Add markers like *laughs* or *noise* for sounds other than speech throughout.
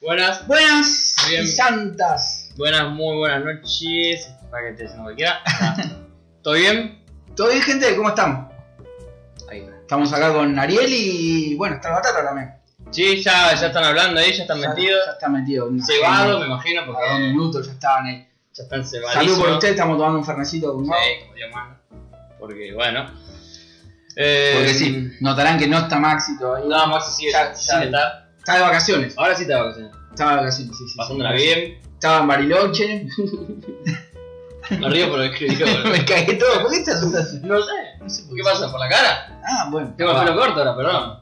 Buenas, Buenas Bien. y santas. buenas, muy buenas noches. Para que esté diciendo *laughs* cualquiera. ¿Todo bien? ¿Todo bien, gente? ¿Cómo están? Ahí va. Estamos acá con Ariel y bueno, está el batata también. Sí, ya, ya están hablando ahí, ya están Ya- metidos. Ya está metido. una- Cebado, me imagino, porque Cada dos ahora minutos ya estaban ahí. ya están cebadísimos. Salud por usted, estamos tomando un fernecito con Sí, como Dios manda. Porque, bueno. Eh, Porque sí, notarán que no está Maxi todavía. No, Maxi sigue, Ya- sigue ya- está. Está de vacaciones. Ahora sí te va a cocinar. Estaba de vacaciones, sí, sí. sí. Pasándola *laughs* bien. Estaba en Bariloche. *laughs* Me río por lo que escribió. boludo. me cagué todo. ¿Por qué estás así? No sé. No sé por ¿Qué pasa? ¿Por la cara? Ah, bueno. Tengo el Va. pelo corto ahora, perdón.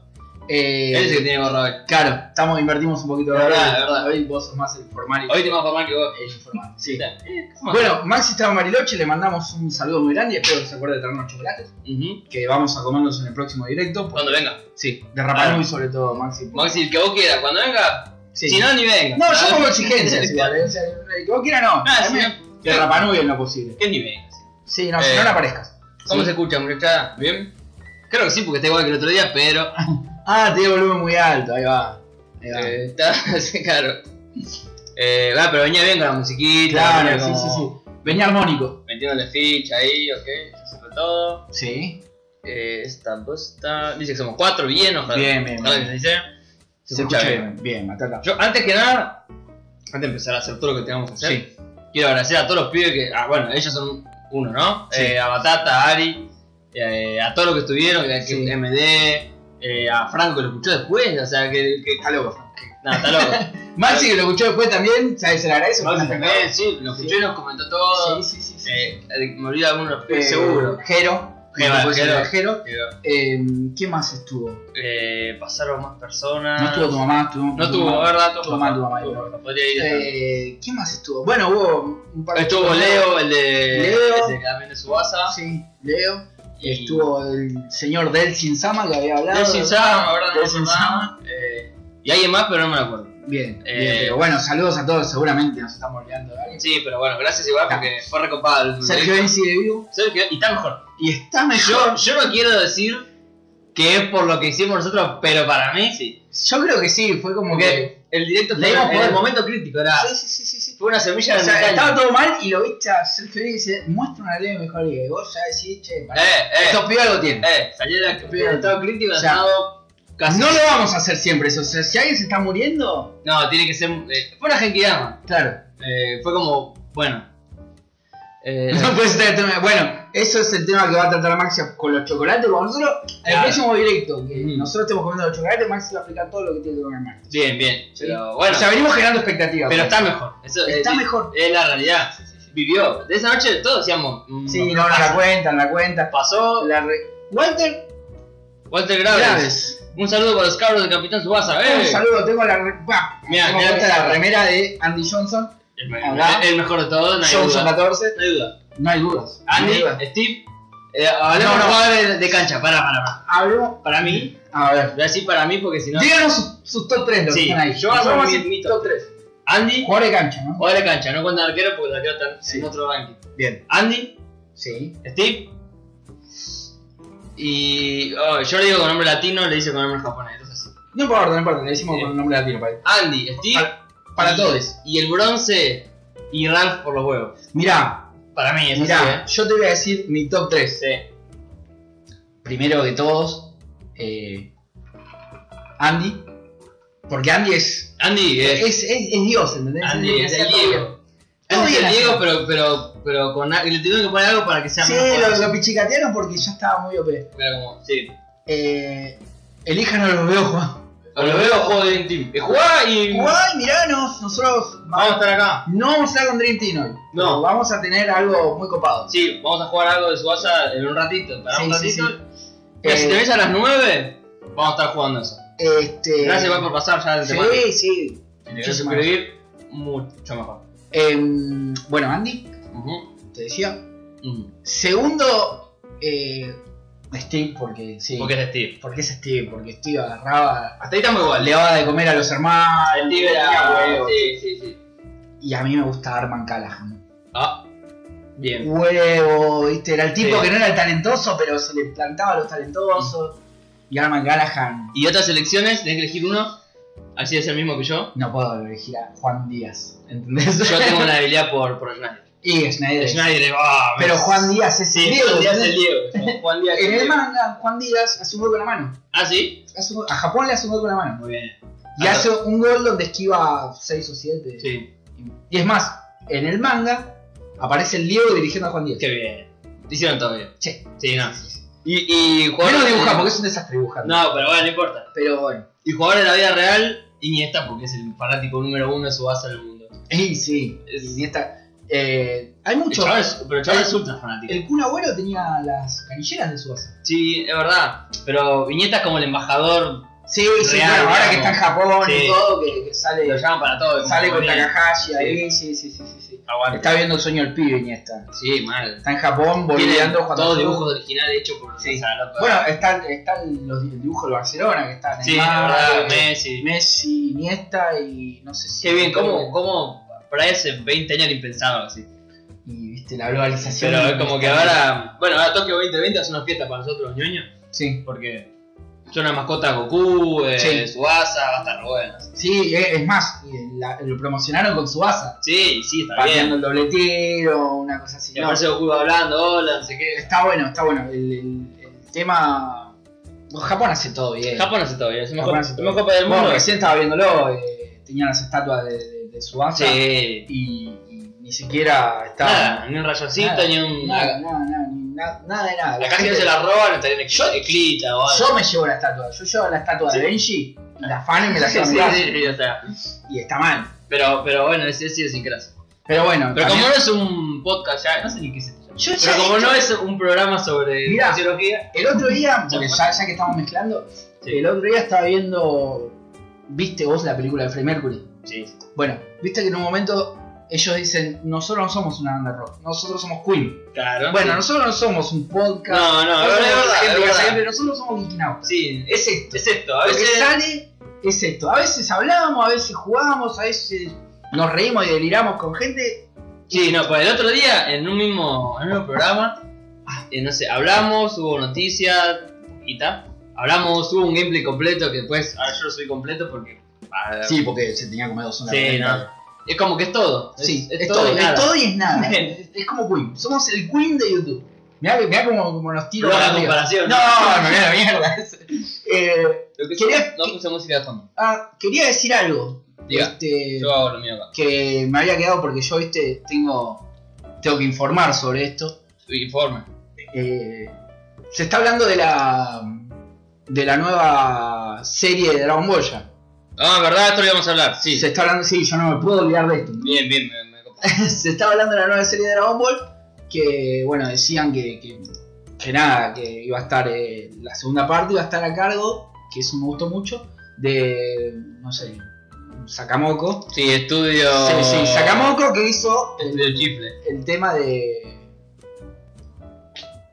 Eh, Él es el que tiene gorro hoy. Claro, estamos, invertimos un poquito de Es verdad, horario. es verdad. Hoy vos sos más el formal. y- Hoy te más formal que vos. El informal, sí. Eh, ¿cómo? Bueno, Maxi estaba en Mariloche, le mandamos un saludo muy grande y espero que se acuerde de traernos chocolates, Ujú. que vamos a comerlos en el próximo directo. porque- Cuando venga. Sí, de Rapa Nui sobre todo, Maxi. Maxi, el que vos quieras, cuando venga. Sí. Si no, ni venga. No, yo ¿sabes? *laughs* pongo exigencias igual, eh, o sea, el que vos quieras no. Ah, sí, Dame no. De Rapa Nui en lo posible. Que ni venga. sí. Sí, no, Eh, si no, no aparezcas. ¿Cómo Sí. se escucha, muchacha? ¿Bien? Creo que sí, porque está igual que el otro día, *laughs* pero. Ah, tiene volumen muy alto, ahí va. Ahí va. eh, está. *laughs* sí, claro. Eh, va, pero venía bien con la musiquita. claro, venía sí, sí, como sí. Venía armónico. Metiéndole ficha ahí, ok. Sobre todo. Sí. Eh, esta posta. Dice que somos cuatro, bien, ojalá. Bien, bien, ojalá bien. que se dice. Se, escucha bien. Bien, Matata. Yo, antes que nada, antes de empezar a hacer todo lo que tengamos que hacer, Sí. quiero agradecer a todos los pibes que, ah, bueno, ellos son uno, ¿no? Sí. Eh, a Batata, a Ari, eh, a todos los que estuvieron, que- que Sí. MD, eh, a Franco que lo escuchó después, o sea, que, que Está loco. nada, está *laughs* loco. Maxi, que lo escuchó después también, ¿sabes? Se le agradece. Maxi porque- también, sí, lo escuchó y nos comentó todo. Sí, sí, sí. sí. Eh, eh, me olvidé de algunos de los Eh, pibes, seguro. Jero. Jero, después Jero. era Jero. Eh, ¿Quién más estuvo? Eh, pasaron más personas. No estuvo tu mamá, estuvo. Ah, No ah, tuvo, ¿verdad? Tuvo Estuvo mal tu mamá. Tuvo papá. Podría ir a- Eh, ¿Quién más estuvo? Bueno, hubo un par de. Estuvo Leo, el de. Leo. el de que también es Subasa. Sí, Leo. Y- Estuvo el señor Delsin Sama que había hablado. Delsin Sama, ¿verdad? No me Delsin acordaba. Eh, y alguien más, pero no me acuerdo. Bien, bien, Eh, pero bueno, saludos a todos, seguramente nos estamos olvidando de alguien. Sí, pero bueno, gracias igual porque fue recopado. el último Sergio disco. Ben sigue vivo Sergio, y está mejor. y está Yo, mejor. Yo, yo no quiero decir que es por lo que hicimos nosotros, pero para mí sí. creo que sí, fue como que. Porque el directo Le fue dimos en poder. el momento crítico, era, Sí, sí, sí, sí. sí. fue una semilla O de sea, montaña. estaba todo mal y lo viste a Sergio Ben y dice: Muestra una leve mejoría. Y vos ya decís, che, pará, Eh, eh, estos pibes algo tienen. eh, salió la- el estado crítico, el O sea, estado casi. No lo vamos a hacer siempre eso. O sea, si alguien se está muriendo, No, tiene que ser. eh, fue una genkidama. claro. Eh, fue como, bueno. Eh, *laughs* No puede ser el tema- Bueno, eso es el tema que va a tratar Maxi con los chocolates. Porque nosotros, Claro. el próximo directo, que Ujú. nosotros estemos comiendo los chocolates, Maxi va a aplicar todo lo que tiene que comer Maxi. bien, bien. Sí. Pero bueno. o sea, venimos generando expectativas. Pero pues. está mejor. Eso, Está es, mejor. Es la realidad. Vivió. De esa noche todos decíamos. mm, Sí, no, no la cuenta, no la cuenta. Pasó La re- Walter Walter Graves. Graves. Un saludo para los cabros del Capitán Subasa. eh. Un saludo, tengo la. Re... bah, Mirá, tengo mirá puesta esa- la remera de Andy Johnson. El, Hola. el mejor de todos, no hay Johnson duda. 14. No hay duda. No hay dudas. no hay Andy, dudas. Steve. Eh, hablemos No, no. de jugadores de- de cancha. Para, para, para. Hablemos. Para mí, A ver. voy a decir para mí porque si no. Díganos sus, sus top 3 los Sí, que están ahí. yo hago Vamos a mi- hacer mi top 3. Andy, Jugador de cancha, ¿no? jugador de cancha. No cuenta arquero porque el arquero está Sí. en otro ranking. Bien. Andy, Sí. Steve. Y. oh, yo le digo con nombre latino, le dice con nombre japonés. Entonces, No importa, no importa, le decimos Sí. con el nombre latino para, Andy, Steve. para, para y- todos. Y el bronce y Ralph por los huevos. Mirá, Para mí, es mirá, así, yo te voy a decir mi top 3. ¿eh? Primero de todos, eh, Andy. Porque Andy es, Sí. Andy eh, es. es, es- es Dios, ¿entendés? Andy es Hacía el todo bien. Diego. Andy es bien el hacía. Diego, pero, pero, pero con a- le tuvieron que poner algo para que sea más Sí, lo, lo pichicatearon porque ya estaba muy OP. como, sí. Eh, el hija no lo veo jugando. O lo veo juego de Dream Team. Eh, Jugá y. Guay, miranos, nosotros Vamos a estar acá. No vamos a estar con Dream Team hoy. No. pero Vamos a tener algo muy copado. Sí, vamos a jugar algo de Suaza en un ratito. Para Sí, un sí, ratito. Pero si Eh, te ves a las 9, vamos a estar jugando eso. Este... Gracias, igual por pasar ya de antemano. Sí, sí. Si te querés muchísimas suscribir, mucho mejor. Em, bueno, Andy, Ujú, te decía. ujú. Segundo, eh, Steve, porque sí. Porque es Steve. Porque es Steve, porque Steve agarraba, Hasta ahí estamos igual. le daba de comer a los hermanos. El Tigre tenía huevos. Sí, sí, sí. Y a mí me gusta Arman Callahan. Ah, bien. Huevo, viste, era el tipo Sí. que no era el talentoso, pero se le plantaba a los talentosos. Y Arman Callahan. ¿Y otras elecciones? ¿Tenés que elegir uno? así es el mismo que yo. No puedo elegir a Juan Díaz, ¿entendés? Yo tengo una habilidad por, por Schneider. Y *laughs* Schneider. Schneider, ah, me- Pero Juan Díaz es Sí, griego, Juan Díaz es el ¿entendés? Diego. Juan Díaz es En el el Diego. manga, Juan Díaz hace un gol con la mano. Ah, sí. Hace un- A Japón le hace un gol con la mano. Muy bien. Y Ah, hace un gol donde esquiva 6 o 7. Sí, Y es más, en el manga aparece el Diego dirigiendo a Juan Díaz. qué bien. Te hicieron todo bien. Sí. Sí, no. Y, y Menos dibuja, porque porque es un desastre dibujar. No, pero bueno, no importa. Pero bueno. Y jugador de la vida real, Iniesta, porque es el fanático número uno de su base en el mundo. Y sí, y esta- eh, hay El mucho. chaval es- pero el chaval es ultra fanático. El Kun Agüero tenía las canilleras de su base. Sí, es verdad. Pero Iniesta es como el embajador, Sí, sí, Real, bueno, ahora que está en digamos. Japón Sí. y todo, que, que lo sale, llaman para todo. sale con la Takahashi Sí. ahí, sí, sí, sí, sí, sí. Aguante. Está viendo el sueño del pibe Iniesta. Sí, mal. Está en Japón, Tiene boludeando cuando... todos dibujos originales hechos por Sí. o sea, loco. Bueno, están están los di- dibujos de Barcelona, que están sí, la Neymar, verdad, eh, Messi. Messi, Iniesta y no sé si... Qué bien, ¿cómo, cómo para ese 20 años era impensable así? Y viste, la globalización... Pero es como que ahora, bueno, ahora Tokio 2020 es una fiesta para nosotros los ñoños, Sí, porque son una mascota Goku, eh, Sí. Suasa, va a estar bueno. sí, eh, es más, eh, la- lo promocionaron con su asa. Sí, sí, está bien. pateando el dobletero, una cosa así. Y No, aparece Goku hablando, hola, no sé qué. está bueno, está bueno. El, el- el tema. no, Japón hace todo bien. Japón hace todo bien, es la mejor, Japón hace la todo mejor Copa del Bueno, Mundo. recién estaba viéndolo, eh, tenían las estatuas de, de, de Tsubasa sí. y, y ni siquiera estaba. Nada, ni un rayocito, Nada, ni un... Nada, nada, nada, ni na- nada de nada. Acá si no gente- se la roban, estarían aquí. Yo de clita o algo. Yo me llevo la estatua, yo llevo la estatua Sí. de Benji, y la fan y me la sí, llevo a mi sí, casa, sí, o sea, Y está mal. pero, pero bueno, es, es idiosincrasia. Pero bueno, Pero también- como no es un podcast ya, no sé ni qué se trata. yo ya Pero como he no hecho- es un programa sobre Mirá. sociología, El otro día, porque Ya fue. ya, ya que estamos mezclando, Sí. el otro día estaba viendo. ¿Viste vos la película de Freddie Mercury? sí, Bueno, viste que en un momento ellos dicen: Nosotros no somos una banda rock, nosotros somos Queen. claro. Bueno, no nosotros no somos un podcast. No, no, es nosotros verdad, somos es gente que hace verdad. gente, nosotros somos Geeking Out. Sí, Es esto. es esto. A Lo que veces sale es esto. A veces hablamos, a veces jugamos, a veces nos reímos y deliramos con gente. Sí, no, pues el otro día en un mismo, en un mismo programa, eh, no sé, hablamos, hubo noticias, poquita, hablamos, hubo un gameplay completo que después, ahora yo lo soy completo porque... ah, porque se tenía como dos horas. Sí, no. Es como que es todo. Es- Sí, es, todo, es nada. todo y es nada. es es como Queen. Somos el Queen de YouTube. Mirá, que- mirá como, como nos tiro Pero para la arriba. comparación. No, no, no, mira la mierda. *laughs* Eh, Lo que ¿Querés yo- no puse música de fondo. ah, quería decir algo. Diga, Este, yo hago lo mío acá. que me había quedado porque yo, viste, tengo, tengo que informar sobre esto. Informe. Eh, se está hablando de la de la nueva serie de Dragon Ball ya. Ah, en verdad, esto lo íbamos a hablar. Sí. Se está hablando, sí, yo no me puedo olvidar de esto. *laughs* Bien, bien, me, me copa. se estaba hablando de la nueva serie de Dragon Ball que bueno decían que, que, que nada que iba a estar eh, la segunda parte iba a estar a cargo que eso me gustó mucho de no sé Sakamoto *laughs* Sí, estudio. sí, sí, Sakamoto que hizo el, Estudio chifle. el tema de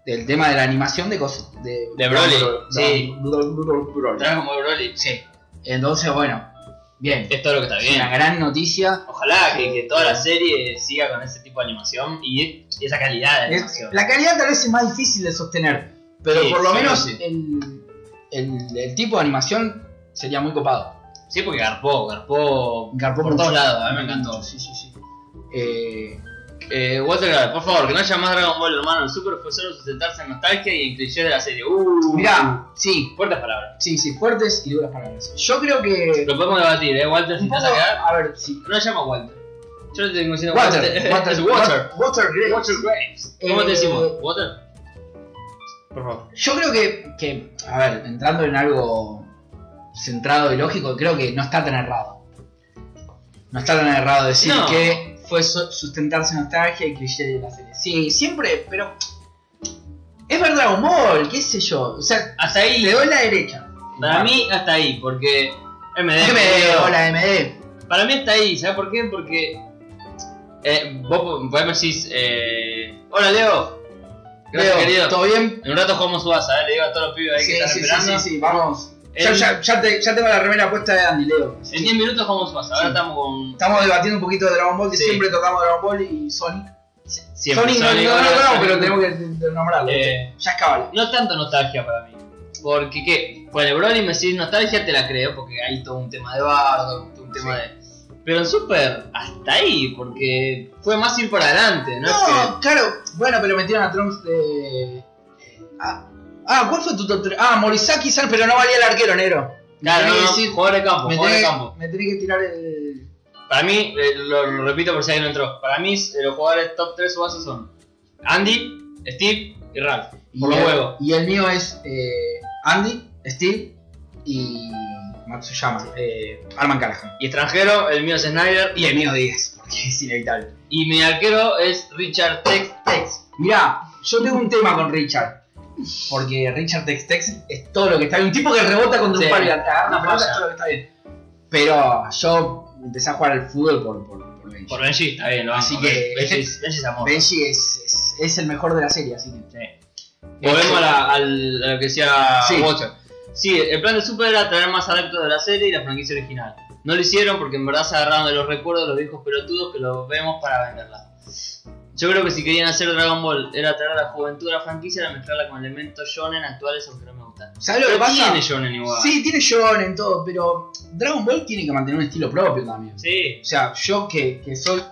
del tema de la animación de cosas de, De Broly, Dragon- sí. Dragon- Dragon- Broly. Dragon Ball Broly. sí entonces bueno bien Es todo lo que está es bien. una gran noticia Ojalá que, que toda la serie siga con ese tipo de animación y esa calidad de Es- animación. la calidad tal vez es más difícil de sostener, pero Sí, por lo sí, menos sí. El, el- el tipo de animación sería muy copado. Sí, porque garpó, garpó. Garpó Por mucho. todos lados, a mí me encantó. Sí, sí, sí. Eh, Eh, Walter Garrett, por favor, que no haya más Dragon Ball, hermano. El Super fue solo sustentarse en nostalgia y en clichés de la serie. Uh, mirá, sí, Fuertes palabras. sí, sí, fuertes y duras palabras. Yo creo que. Lo podemos debatir, ¿eh? Walter, si un te vas poco- a quedar. a ver, sí. No se llama Walter. Yo le tengo diciendo Water, Walter. *laughs* Es Water. Water Grace. Water Graves. ¿Cómo te Eh, decimos? ¿Water? Por favor. Yo creo que, que, a ver, entrando en algo centrado y lógico, creo que no está tan errado. No está tan errado decir No. que fue so- sustentarse en nostalgia y cliché de la serie. Sí, siempre, pero. Es ver Dragon Ball, qué sé yo. O sea, Hasta ahí. le doy la derecha. Para mí, hasta ahí, porque. MD. MD, hola MD. Para mí hasta ahí, ¿sabes por qué? Porque. Eh, vos podemos decir. Eh... Hola, Leo. Gracias, Leo, querido. ¿Todo bien? En un rato jugamos su asa, ¿eh? le digo a todos los pibes ahí que están Sí, sí, sí, esperando. sí, sí, vamos. Ya, En- ya- ya te- ya tengo la remera puesta de Andy, Leo. En 10 minutos jugamos su asa. Ahora Sí. estamos con. Estamos debatiendo un poquito de Dragon Ball, que Sí. siempre tocamos Dragon Ball y Sonic. Siempre, Sonic, no- Sonic, no, no, hola, no, Sonic. pero tenemos que nombrarlo. Eh, Ya es cabal. No es tanto nostalgia para mí. Porque, ¿qué? Con el Broly me decís nostalgia, te la creo, porque hay todo un tema de bardo, todo un tema de. Pero en Super, hasta ahí, porque fue más ir para adelante, ¿no? No, es que- claro. Bueno, pero metieron a Trunks de. eh, Ah, ah, ¿cuál fue tu top tres? Ah, Morisaki San, pero no valía el arquero, negro. Me Claro, no, tenés no, que decir- jugador de campo, me jugador de tenés- campo. me tenés que tirar el. Para mí, eh, lo, lo repito por si alguien no entró, para mí eh, los jugadores top 3 o base son Andy, Steve y Ralph. Por y los el, huevos. Y el mío es eh, Andy, Steve y Matsuyama, eh, Arman Callahan. Y extranjero, el mío es Snyder Y el mío 10, porque es inevitable. y mi arquero es Richard Tex Tex. Mirá, yo tengo un tema con Richard. Porque Richard Tex Tex es todo lo que está bien. Un tipo que rebota contra Sí. un palo y agarra una No pelota, falla. es todo lo que está bien. Pero yo empecé a jugar al fútbol por, por, por Benji. Por Benji, está bien, lo Así banco, que- Benji es, Benji es amor. Benji es, es, es el mejor de la serie, así que. Eh, Volvemos a, la- al- a lo que decía Sí. Bocha. Sí, el plan de Super era traer más adeptos de la serie y la franquicia original. No lo hicieron porque en verdad se agarraron de los recuerdos de los viejos pelotudos que los vemos para venderla. Yo creo que si querían hacer Dragon Ball era traer a la juventud de la franquicia y mezclarla con elementos shonen actuales aunque no me gustan. ¿Sabes lo que Pero pasa? tiene shonen igual. Sí, tiene shonen en todo, pero Dragon Ball tiene que mantener un estilo propio también. Sí. O sea, yo que, que soy.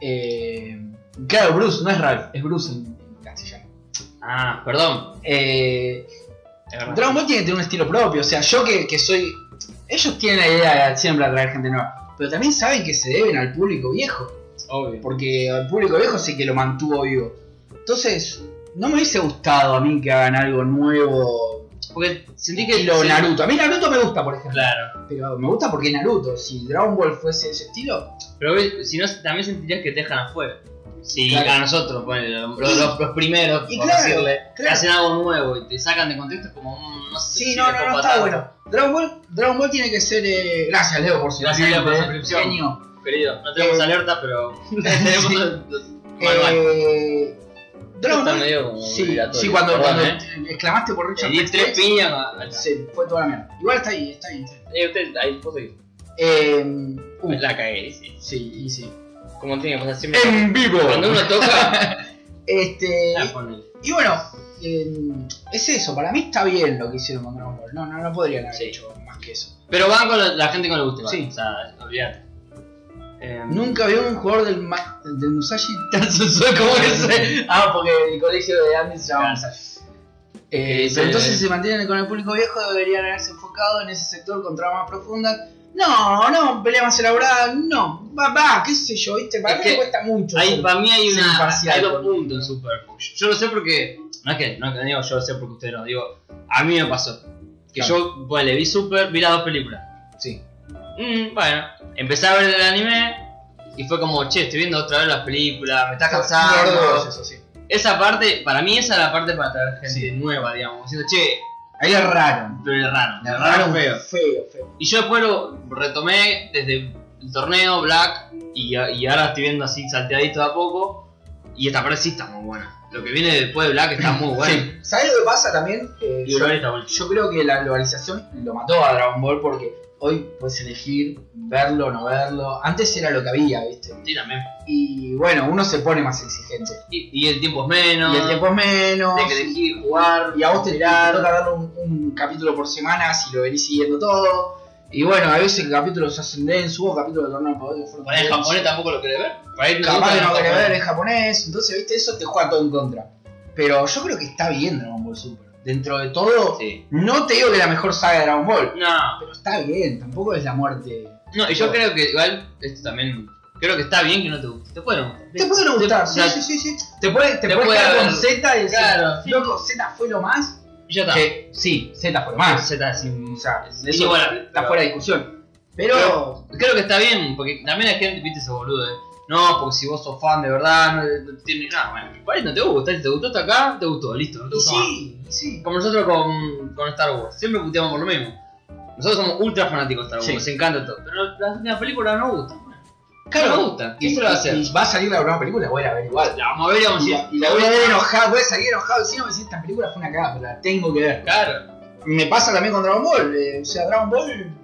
eh, claro, Bruce, no es Ralph, es Bruce en, en castellano. Ah, perdón. Eh, Es verdad. Dragon Ball tiene que tener un estilo propio. O sea, yo que, que soy. Ellos tienen la idea de siempre atraer gente nueva. Pero también saben que se deben al público viejo. Obvio. Porque el público viejo sí que lo mantuvo vivo. Entonces, no me hubiese gustado a mí que hagan algo nuevo. Porque sentí que Estilo sí. Naruto. A mí Naruto me gusta, por ejemplo. Claro. Pero me gusta porque es Naruto. Si Dragon Ball fuese de ese estilo. Pero ves, si no, también sentirías que te dejan afuera. Si Claro. a nosotros, ponele, los, los- los primeros, Y por claro, decirle, te claro. hacen algo nuevo y te sacan de contexto, es como, mm, no sé Sí, si la no, no, no copa está tanto. bueno. Dragon Ball, Dragon Ball tiene que ser. eh, Gracias, Leo, por su Gracias, Leo, por eh, su suscripción. genio. Querido, no tenemos Eh, alerta, *laughs* pero tenemos sí. los- los manual. Eh, Dragon Está Ball. medio como Sí, obligatorio. sí, cuando, Perdón, cuando ¿eh? te- exclamaste por Le Richard di tres Textex, piñas a- a- se fue toda la mierda. Igual está ahí, está ahí. está ahí. Eh, usted, ahí, vos seguís. Eh, uh, La cagué, sí. sí, y sí. Como tiene que pasar siempre. En vivo. Cuando uno *laughs* toca, Este, la pone. y bueno, eh, es eso. Para mí está bien lo que hicieron con Dragon Ball. No, no, no podrían haber Sí. hecho más que eso. Pero van con la, la gente con le guste, Sí. sí. o sea, olvídate. Eh, Nunca vi un jugador del, Ma- del Musashi tan *laughs* *laughs* como ese. Ah, porque el colegio de Andy se llama Musashi. Que Eh, dice- pero entonces si se mantienen con el público viejo, deberían haberse enfocado en ese sector con tramas más profundas. No, no, pelea más elaborada, no. Va, va, qué sé yo, ¿viste? Para Es mí que me cuesta mucho. Ahí, ser- para mí hay ser una. imparcial hay dos con- puntos en Super Push. Yo lo sé porque. No es que no, que digo yo lo sé porque ustedes no, digo. A mí me pasó. Que Claro. yo, bueno, le vi Super, vi las dos películas. Sí. Mm, bueno, empecé a ver el anime y fue como, che, estoy viendo otra vez las películas, me está Gordo, cansando. eso sí. Esa parte, para mí esa es la parte para traer gente Sí. nueva, digamos. Diciendo, che, Ahí es raro. pero es raro, es raro raro feo. Feo, feo. Y yo después lo retomé desde el torneo Black y, a- y ahora estoy viendo así salteadito de a poco. Y esta parte sí está muy buena. Lo que viene después de Black está *laughs* muy bueno. Sí. ¿Sabes lo que pasa también? Eh, Y yo- Black está bueno. Yo creo que la globalización lo mató a Dragon Ball porque hoy puedes elegir verlo o no verlo. Antes era lo que había, ¿viste? Sí, también. Y bueno, uno se pone más exigente. Y, y el tiempo es menos. Y el tiempo es menos. Tenés que elegir jugar. Y a vos te te toca dar un, un capítulo por semana si lo venís siguiendo todo. Y bueno, a veces capítulos hacen denso, hubo capítulos de torneo de poder que fueron Para el densos. japonés tampoco lo querés ver. Para ir Capaz que no querés querés ver ¿eh? en japonés, entonces viste, eso te juega todo en contra. Pero yo creo que está bien Dragon Ball Super. Dentro de todo, Sí. no te digo que es la mejor saga de Dragon Ball, No. Pero está bien, tampoco es la muerte. No, y yo creo que igual, esto también. Creo que está bien que no te guste. Te puede no gustar. Te puede no gustar, Te- sí, la- sí, sí, sí. Te puede, te te puede puede quedar con haber- Z y decir, Claro, sí. loco, Z fue lo más. Ya está. Que sí, Z fue lo Ah, más. Z, sin- O sea, es eso inigualable, está pero- fuera de discusión. Pero, Creo que está bien, porque también hay gente, viste ese boludo, eh. No, porque si vos sos fan de verdad, no, no tiene nada, bueno, por ahí no te gusta, si te gustó hasta acá, te gustó, listo, no te y gustó más. sí, y sí. Como nosotros con, con Star Wars, siempre puteamos por lo mismo. Nosotros somos ultra fanáticos de Star Wars, Sí. nos encanta todo, pero las últimas películas no nos gustan. bueno. Claro. no nos gustan, ¿qué Y- se lo va a y- hacer? Y va a salir la nueva película, voy a ir a ver igual. La vamos a ver y vamos a Y decir, la, y la voy a ver enojado, voy a salir enojado. Si no me decís, esta película fue una cagada, pero la tengo que ver. claro, Me pasa también con Dragon Ball. eh, o sea, Dragon Ball,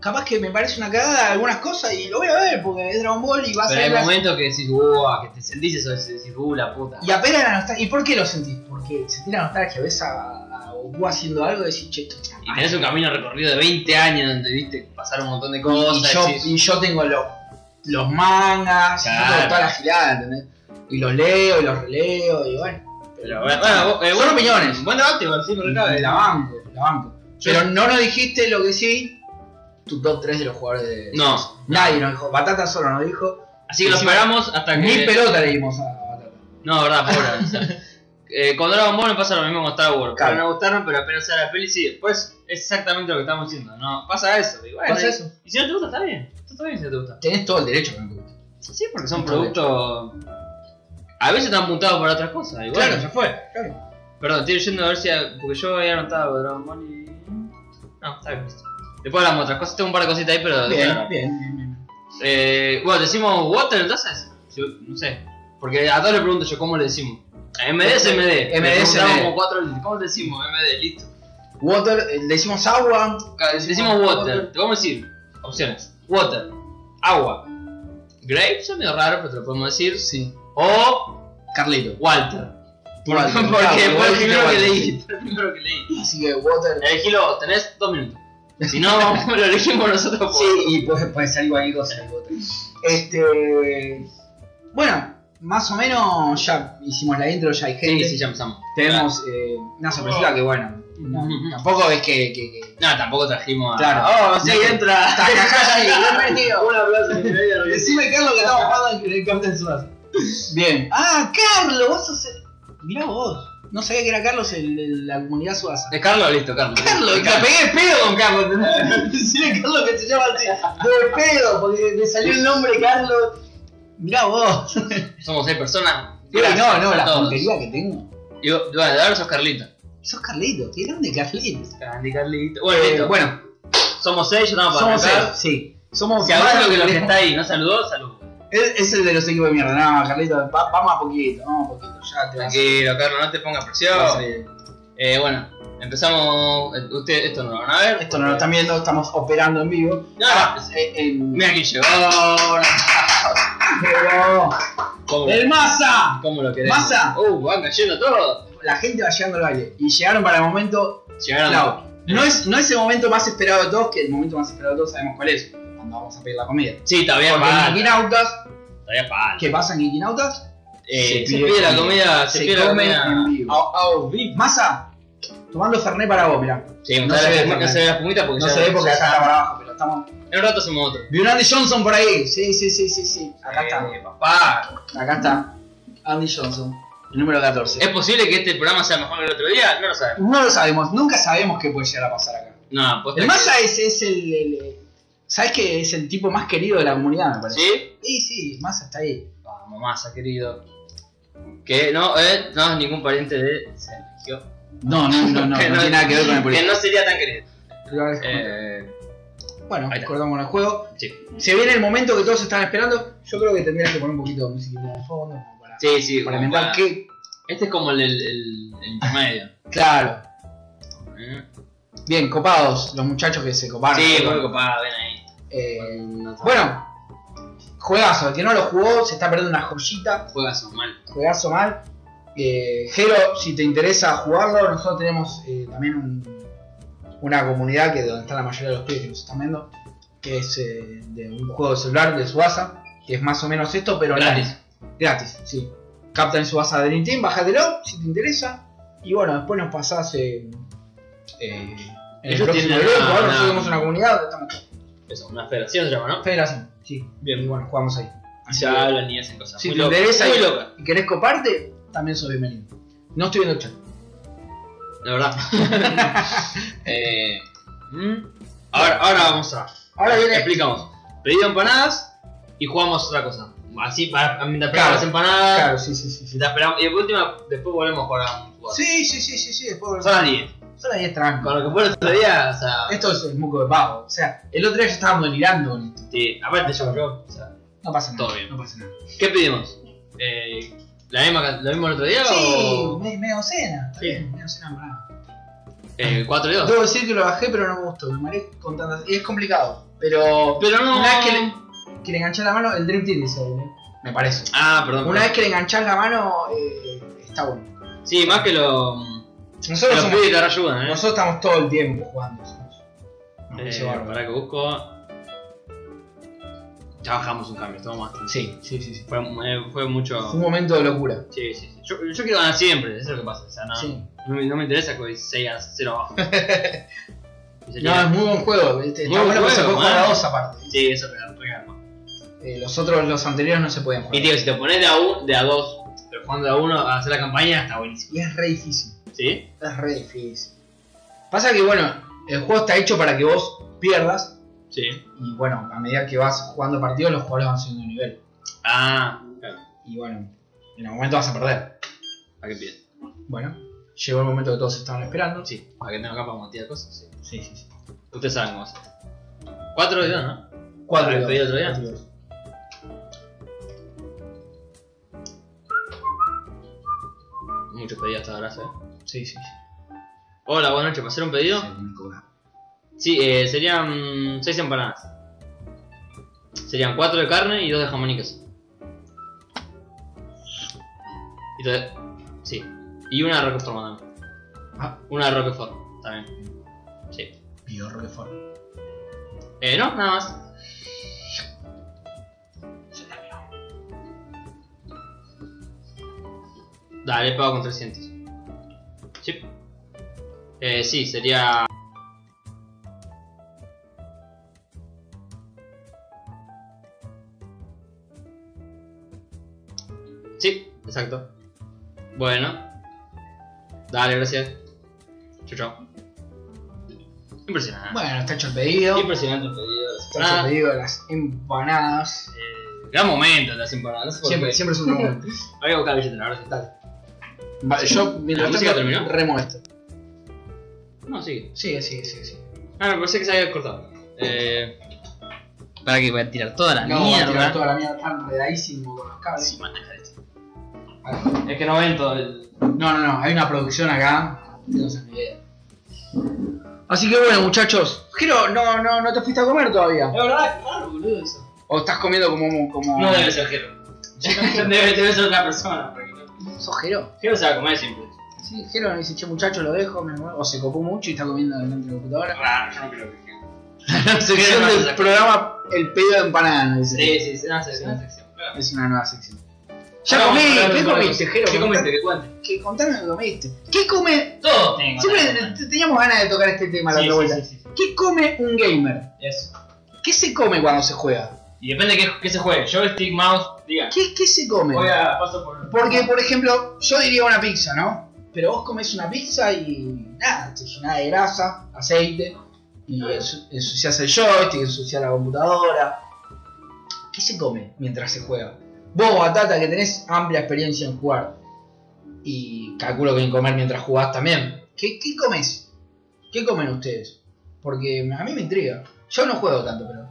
capaz que me parece una cagada algunas cosas y lo voy a ver porque es Dragon Ball y va a pero hay salir la momentos que decís, uah, que te sentís eso, decís, uh, la puta. Y apenas la nostalgia. ¿Y por qué lo sentís? Porque sentís la nostalgia, ves a, a o vos haciendo algo, decís, che, esto está Y mal. tenés un camino recorrido de 20 años donde viste pasar un montón de Y cosas. yo, decís, y yo tengo los, los mangas, yo Claro. tengo toda la gilada, ¿entendés? Y los leo y los releo, y bueno. pero bueno, bueno, vos- eh, Son bueno, opiniones. Buen debate, igual, sí, por acá. eh. La banco, la banco. Pero no nos dijiste lo que sí, tu top 3 de los jugadores de. No. Nadie nos dijo, Batata solo nos dijo. Así que lo Encima- esperamos hasta que. Ni pelota le dimos a Batata. No, verdad, pobre. o sea, *laughs* eh, con Dragon Ball me pasa lo mismo con Star Wars. Claro. Pero no gustaron, pero apenas sea la peli, sí. Después es exactamente lo que estamos diciendo. No, pasa eso. Y, bueno, Pasa y- eso. y si no te gusta, está bien. Está bien si no te gusta. Tenés todo el derecho, que no te guste. Sí, porque son Está bien. productos. A veces están apuntados para otras cosas. Igual. Claro, ya fue. Claro. Perdón, estoy yendo a ver si. Porque yo había anotado Dragon Ball y. No, está bien. listo. Después hablamos de otras cosas. Tengo un par de cositas ahí, pero. Bien, bueno, bien, bien, bien. Eh, bueno, decimos Water entonces. Yo, no sé. Porque a todos les pregunto yo cómo le decimos. A MDS, MD. Le MDS. preguntamos como cuatro veces, ¿Cómo le decimos? MD, listo. Water, eh, le decimos agua. Ca- Le decimos Water. Te vamos a decir opciones: Water, agua. Grape, eso es medio raro, pero te lo podemos decir. Sí. O *laughs* Carlito. Walter. Walter. Porque Claro, fue el igual primero que Walter, leí. sí. Fue el primero que leí. Así que Water. Elegilo, tenés dos minutos. Si no, *laughs* lo elegimos nosotros. Sí, y puede, puede ser cualquier cosa. el bote. Este. Bueno, más o menos ya hicimos la intro, ya hay gente. sí, sí, ya empezamos. Tenemos eh, una sorpresita que, bueno, no, tampoco es que. que, que- No, tampoco trajimos a. Claro. Oh, sí, entra. Está Kakashi, bienvenido. Un aplauso y medio. Decime, Carlos, que estamos jugando en el Captain Subasa. Bien. Ah, Carlos, vos sos. el- Mirá vos. No sabía que era Carlos el de la comunidad Subasa. ¿Es Carlos? Listo, Carlos. Carlos, Te *laughs* pegué el pedo con Carlos. ¿entendés? Decime, Carlos, que se llama así. De pedo, porque me salió el nombre Carlos. Mirá vos. Somos seis personas. no, no, a la todos. puntería que tengo. Y vos- bueno, de ahora sos Carlito. Sos Carlito, qué grande Carlito. Grande Carlito. Eh, Bueno, listo. bueno, Somos seis, yo estamos para somos seis, arrancar. sí. Somos Si alguno que los que está ahí no saludó, salud. Es, es el de los equipos de mierda. No, Carlito, va- vamos a poquito, vamos a poquito. Ya te vas. Tranquilo, Carlos, no te pongas presión. Vas a ver. Eh, bueno, empezamos. eh, Ustedes esto no lo van a ver. Esto no lo están viendo, estamos operando en vivo. No, Ah, no, eh, en- Mira quién llegó. no. Pero- ¿Cómo, ¡El Massa! cómo lo querés? Massa. Uh, van cayendo todos. La gente va llegando al baile. Y llegaron para el momento Llegaron. clave. No es, no es el momento más esperado de todos, que el momento más esperado de todos sabemos cuál es. Cuando vamos a pedir la comida. Sí, todavía Porque en falta. Kikinautas, Todavía falta. ¿qué pasa en Kikinautas? Eh, se se pide- pide la comida, se pide la come comida. Ah, en vivo. Massa, tomando Fernet para vos, mirá. Sí, No no, se ve se, también. no se ve las pumitas porque No ya- se ve porque ya acá está para abajo, pero estamos. En un rato hacemos otro. Vi un Andy Johnson por ahí. Sí, sí, sí, sí, sí. Acá Eh, papá. está. Acá está. Andy Johnson. El número 14. ¿Es posible que este programa sea mejor que el otro día? No lo sabemos. No lo sabemos, nunca sabemos qué puede llegar a pasar acá. No, pues. El Massa es, es el, el- ¿Sabes que es el tipo más querido de la comunidad, me parece? ¿Sí? Sí, sí, el Massa está ahí. Vamos, masa, querido. Que no, eh, no es ningún pariente de Sergio. No, no, no, no, no Que tiene nada *laughs* que ver con el Que político. no sería tan querido. Eh, Bueno, ahí está. cortamos el juego. sí. Se viene el momento que todos están esperando. Yo creo que tendrías que poner un poquito de música de fondo para, Sí, sí, para como inventar para- qué. Este es como el, el, el, el intermedio. Claro. ¿eh? Bien, copados, los muchachos que se coparon. sí, muy copado, ven ahí. Eh, No está- Bueno, juegazo. El que no lo jugó se está perdiendo una joyita. Juegas mal. Juegazo mal. Eh, Jero, si te interesa jugarlo, nosotros tenemos eh, también un- una comunidad que donde están la mayoría de los pibes que nos están viendo, que es eh, de un juego de celular de Subasa, que es más o menos esto, pero Gratis. online. Gratis, sí. Captain Subasa de Dream Team, bájatelo si te interesa. Y bueno, después nos pasás eh, eh, en el Ellos próximo tienen grupo. una- Ahora nosotros una- tenemos una comunidad donde estamos. Eso, una federación se llama, ¿no? Federación, sí. Y Bien. bueno, jugamos ahí. Se hablan y hacen cosas. Si muy te locas, interesa Muy y- loca. y querés coparte, también sos bienvenido. No estoy viendo el chat. La *laughs* verdad. eh, mm. ahora, ahora vamos a. Ahora viene- Explicamos. Pedido empanadas y jugamos otra cosa. Así, para, mientras esperamos Claro. las empanadas. Claro, sí, sí, sí. Sí, mientras esperamos- y por última, después volvemos a jugar a un jugador. sí, sí, sí, sí, sí después Son las 10. Son las 10 tranco. Con lo que fue el otro día, o sea. Esto es el muco de pavo. O sea, el otro día ya estábamos delirando con esto. sí, aparte yo, yo, o sea, No pasa nada. Todo bien. No pasa nada. ¿Qué pedimos? Eh, ¿La misma, ca- ¿Lo mismo el otro día Sí, o.? me, medio cena. Está Sí. bien, medio cena parada. Eh, 4 y 2. Debo decir que lo bajé, pero no me gustó. Me mareé con tantas. Es complicado. Pero Pero no. Una vez que que le enganché la mano, el Dream Team dice ahí, ¿eh? Me parece. Ah, perdón. Una perdón. vez que le enganchás la mano, eh, está bueno. Sí, más que lo. Pero Nosotros, Los somos- pibes te ayudan, ¿eh? nosotros estamos todo el tiempo jugando. somos- nos eh parece bárbaro. para que busco. Ya bajamos un cambio, estamos más. Sí, sí, sí. sí. Fue, eh, fue Fue mucho. un momento de locura. Sí, sí, sí. Yo, yo quiero ganar siempre, eso es lo que pasa. O sea, no, Sí. no, me, no me interesa que hoy 6 a 0 *laughs* abajo. No, es muy buen juego. ¿viste? Muy Está buen bueno que se juego, puede jugar a man. dos aparte. Sí, eso te da regalo. Eh, los otros, los anteriores no se pueden Y jugar. tío, si te pones de a, un, de a dos, pero jugando de a uno a hacer la campaña, está buenísimo. Y es re difícil. ¿Sí? Es re difícil. Pasa que, bueno, el juego está hecho para que vos pierdas. Sí. Y bueno, a medida que vas jugando partidos, los jugadores van subiendo de nivel. Ah, claro. Y bueno, en algún momento vas a perder. ¿A qué pides? Bueno, llegó el momento que todos estaban esperando. Sí. ¿A que tengo acá para motivar cosas? Sí. sí, sí. sí. Ustedes saben cómo hacer. Cuatro de dos, ¿no? Cuatro. Ah, y dos. pedí otro día. Cuatro y dos. Muchos pedidos hasta ahora, ¿sabes? Sí, sí. sí. Hola, buenas noches. ¿Para hacer un pedido? Es el único que- Sí, eh, serían seis empanadas. Serían cuatro de carne y dos de jamón y queso. Y dos de... Sí. Y una de Roquefort, madame. Ah. Una de Roquefort, también. Sí. Pidió Roquefort. Eh, no, nada más. Dale, pago con 300. Sí. Eh, sí, sería... Sí, exacto. Bueno. Dale, gracias. Chau, chau. Impresionante. Bueno, está hecho el pedido. Impresionante el pedido. las empanadas. Está hecho el pedido de las empanadas. Eh, gran momento las empanadas. porque- Siempre, siempre *laughs* es un gran momento. Voy a buscar la billetera, ahora sí. Dale. Va, Yo, mientras ¿La música tanto, terminó? Remodesto. No, sigue. Sigue, sigue, sigue, sigue. Ah, me parece que se había cortado. Eh, para que voy a tirar toda la No, mierda. tirar toda la mierda tan redadísimo con los cables. Sí, man, deja esto. Es que no ven todo el. No, no, no, hay una producción acá. No se ni idea. Así que bueno, muchachos. Giro, no, no, no te fuiste a comer todavía. verdad, claro, boludo, eso. O estás comiendo como. como... No eh. debe ser Jero. debe, debe ser otra persona. porque no- ¿Sos Gero? Jero se va a comer siempre. Sí, Gero dice, che, muchachos, lo dejo, me muevo. O se copó mucho y está comiendo delante de la computadora. Raro, yo no creo *laughs* que Jero. sección no del se saca. programa El pedo de empanada, nos dice. Sí, sí, sí, no sé, es una sección. claro. Es una nueva sección. Ahora Ya comí, vamos a hablar ¿qué de otra comiste, cosa. Jero? ¿Qué comiste? ¿Qué cuente? Que contame lo que comiste. ¿Qué come? Todo. Siempre te- teníamos ganas de tocar este tema la Sí, otra vuelta. sí, sí, sí, ¿Qué come un gamer? sí. Eso. ¿Qué se come cuando se juega? Y depende de qué, qué se juegue. Joystick, mouse, diga. ¿Qué, qué se come? Voy a paso por. Porque, por ejemplo, yo diría una pizza, ¿no? Pero vos comes una pizza y nada, te llenás de grasa, aceite, y ensu- ensucias el joystick, ensucias la computadora. ¿Qué se come mientras se juega? Vos, Batata, que tenés amplia experiencia en jugar, y calculo que en comer mientras jugás también, ¿qué, qué comes? ¿Qué comen ustedes? Porque a mí me intriga. Yo no juego tanto, pero...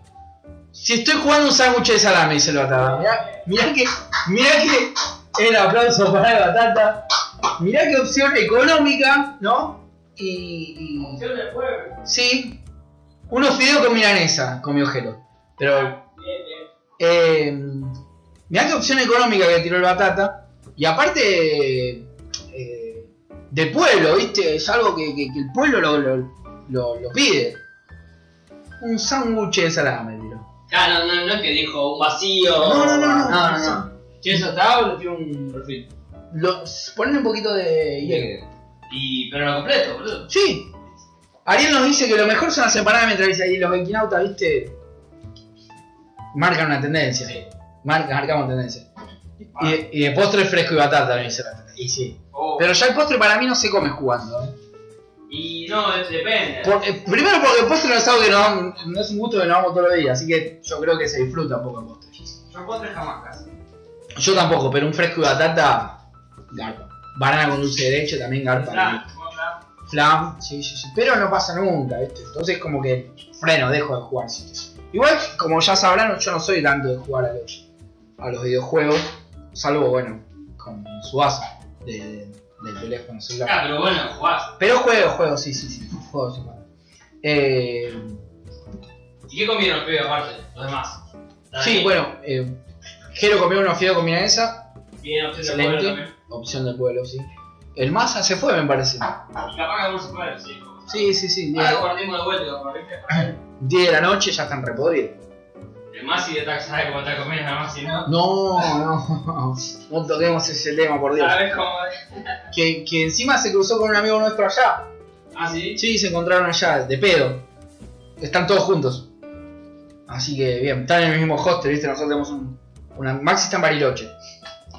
Si estoy jugando un sándwich de salame, dice el Batata. Mirá, mirá que... Mirá que... El aplauso para la batata. Mirá qué opción económica, ¿no? Y. y- sí. Unos fideos con milanesa, comió Jero. Pero. Eh, mirá qué opción económica que tiró el batata. Y aparte. eh, del pueblo, ¿viste? Es algo que, que- que el pueblo lo, lo- lo- lo pide. Un sándwich de salame, tiró. Ah, no, no, no es que dijo un vacío. No, no, no, no. no, no. ¿Tiene saltado o le tiene un perfil? Lo- ponle un poquito de hielo. Y, pero lo completo, boludo. Sí. Ariel nos dice que lo mejor son las empanadas mientras dice ahí los equinautas, viste. Marcan una tendencia. Sí. Marca- marcamos tendencia. Y, de- y de postre fresco y batata, me dice la tata. Y sí. Oh. Pero ya el postre para mí no se come jugando. ¿eh? Y no, es- depende. Por- eh, primero porque el postre no es algo que nos damos- no es un gusto que nos damos todos los días, así que yo creo que se disfruta un poco el postre. Yo encontré jamás casi. Yo tampoco, pero un fresco y batata, garpa. Banana con dulce de leche también garpa. Flam, sí, sí, sí. Pero no pasa nunca, ¿viste? Entonces como que freno, dejo de jugar. Igual, como ya sabrán, yo no soy tanto de jugar a los, a los videojuegos, salvo, bueno, con su asa de, de- del teléfono celular. Ah, pero bueno, jugás. Pero juego, juego, sí, sí, sí. Juego, sí, juego. Eh, ¿Y qué comieron los pibes aparte? Los demás. sí, bueno, eh, Jero comió unos fideos con milanesa, Bien, opción de excelente. pueblo también. opción del pueblo, sí. El Massa se fue, me parece. Capaz que algunos se pueden decir. Sí, sí, sí. 10, Ah, Ahora guardemos de vuelta, como viste. de la noche ya están repodridos. El Masi de Tax sabe cómo te comiendo nada más, si no. No, no. *laughs* No toquemos ese tema, por Dios. ¿Sabes cómo es? Que, que encima se cruzó con un amigo nuestro allá. Ah, sí. Sí, se encontraron allá, de pedo. Están todos juntos. Así que bien, están en el mismo hostel, ¿viste? Nosotros tenemos un. Una, Maxi está en Bariloche.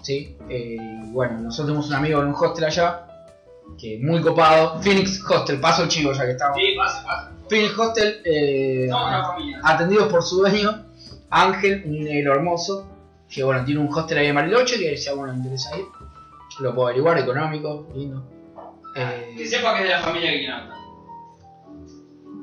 ¿Sí? Eh, y bueno, nosotros tenemos un amigo en un hostel allá. Que muy copado. Phoenix Hostel, paso el chivo ya que estamos. Sí, pasa, pasa. Phoenix Hostel, eh, Somos una familia. atendidos por su dueño, Ángel, un negro hermoso. Que bueno, tiene un hostel ahí en Bariloche que si a alguno le interesa ir. Lo puedo averiguar, económico, lindo. Eh, Que sepa que es de la familia Guinanta.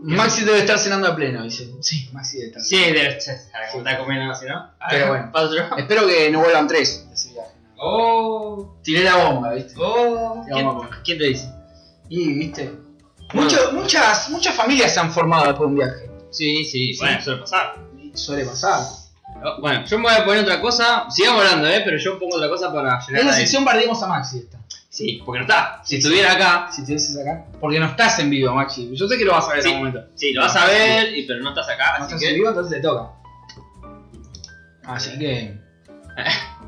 Maxi debe estar cenando a pleno, dice. Sí, Maxi debe estar. Sí, debe estar como está comiendo nada más, si no. Pero bueno. Patrón. Espero que no vuelvan tres de ese viaje. Oh, Tiré la bomba, ¿viste? Oh, Tiré la ¿quién, bomba. quién te dice? Y, ¿viste? Mucho- muchas, muchas familias se han formado después de un viaje. Sí, sí, sí. Bueno, suele pasar. Suele pasar. Oh, Bueno, yo me voy a poner otra cosa. Sigamos hablando, ¿eh? Pero yo pongo otra cosa para llegar En la a él. sección bardeamos a Maxi esta. Sí, porque no está. Si estuviera acá, Si te dices acá. Porque no estás en vivo, Maxi. Yo sé que lo vas a ver Sí. en algún momento. sí, lo vas a ver, y, pero no estás acá. No así estás que en vivo, entonces te toca. Así que.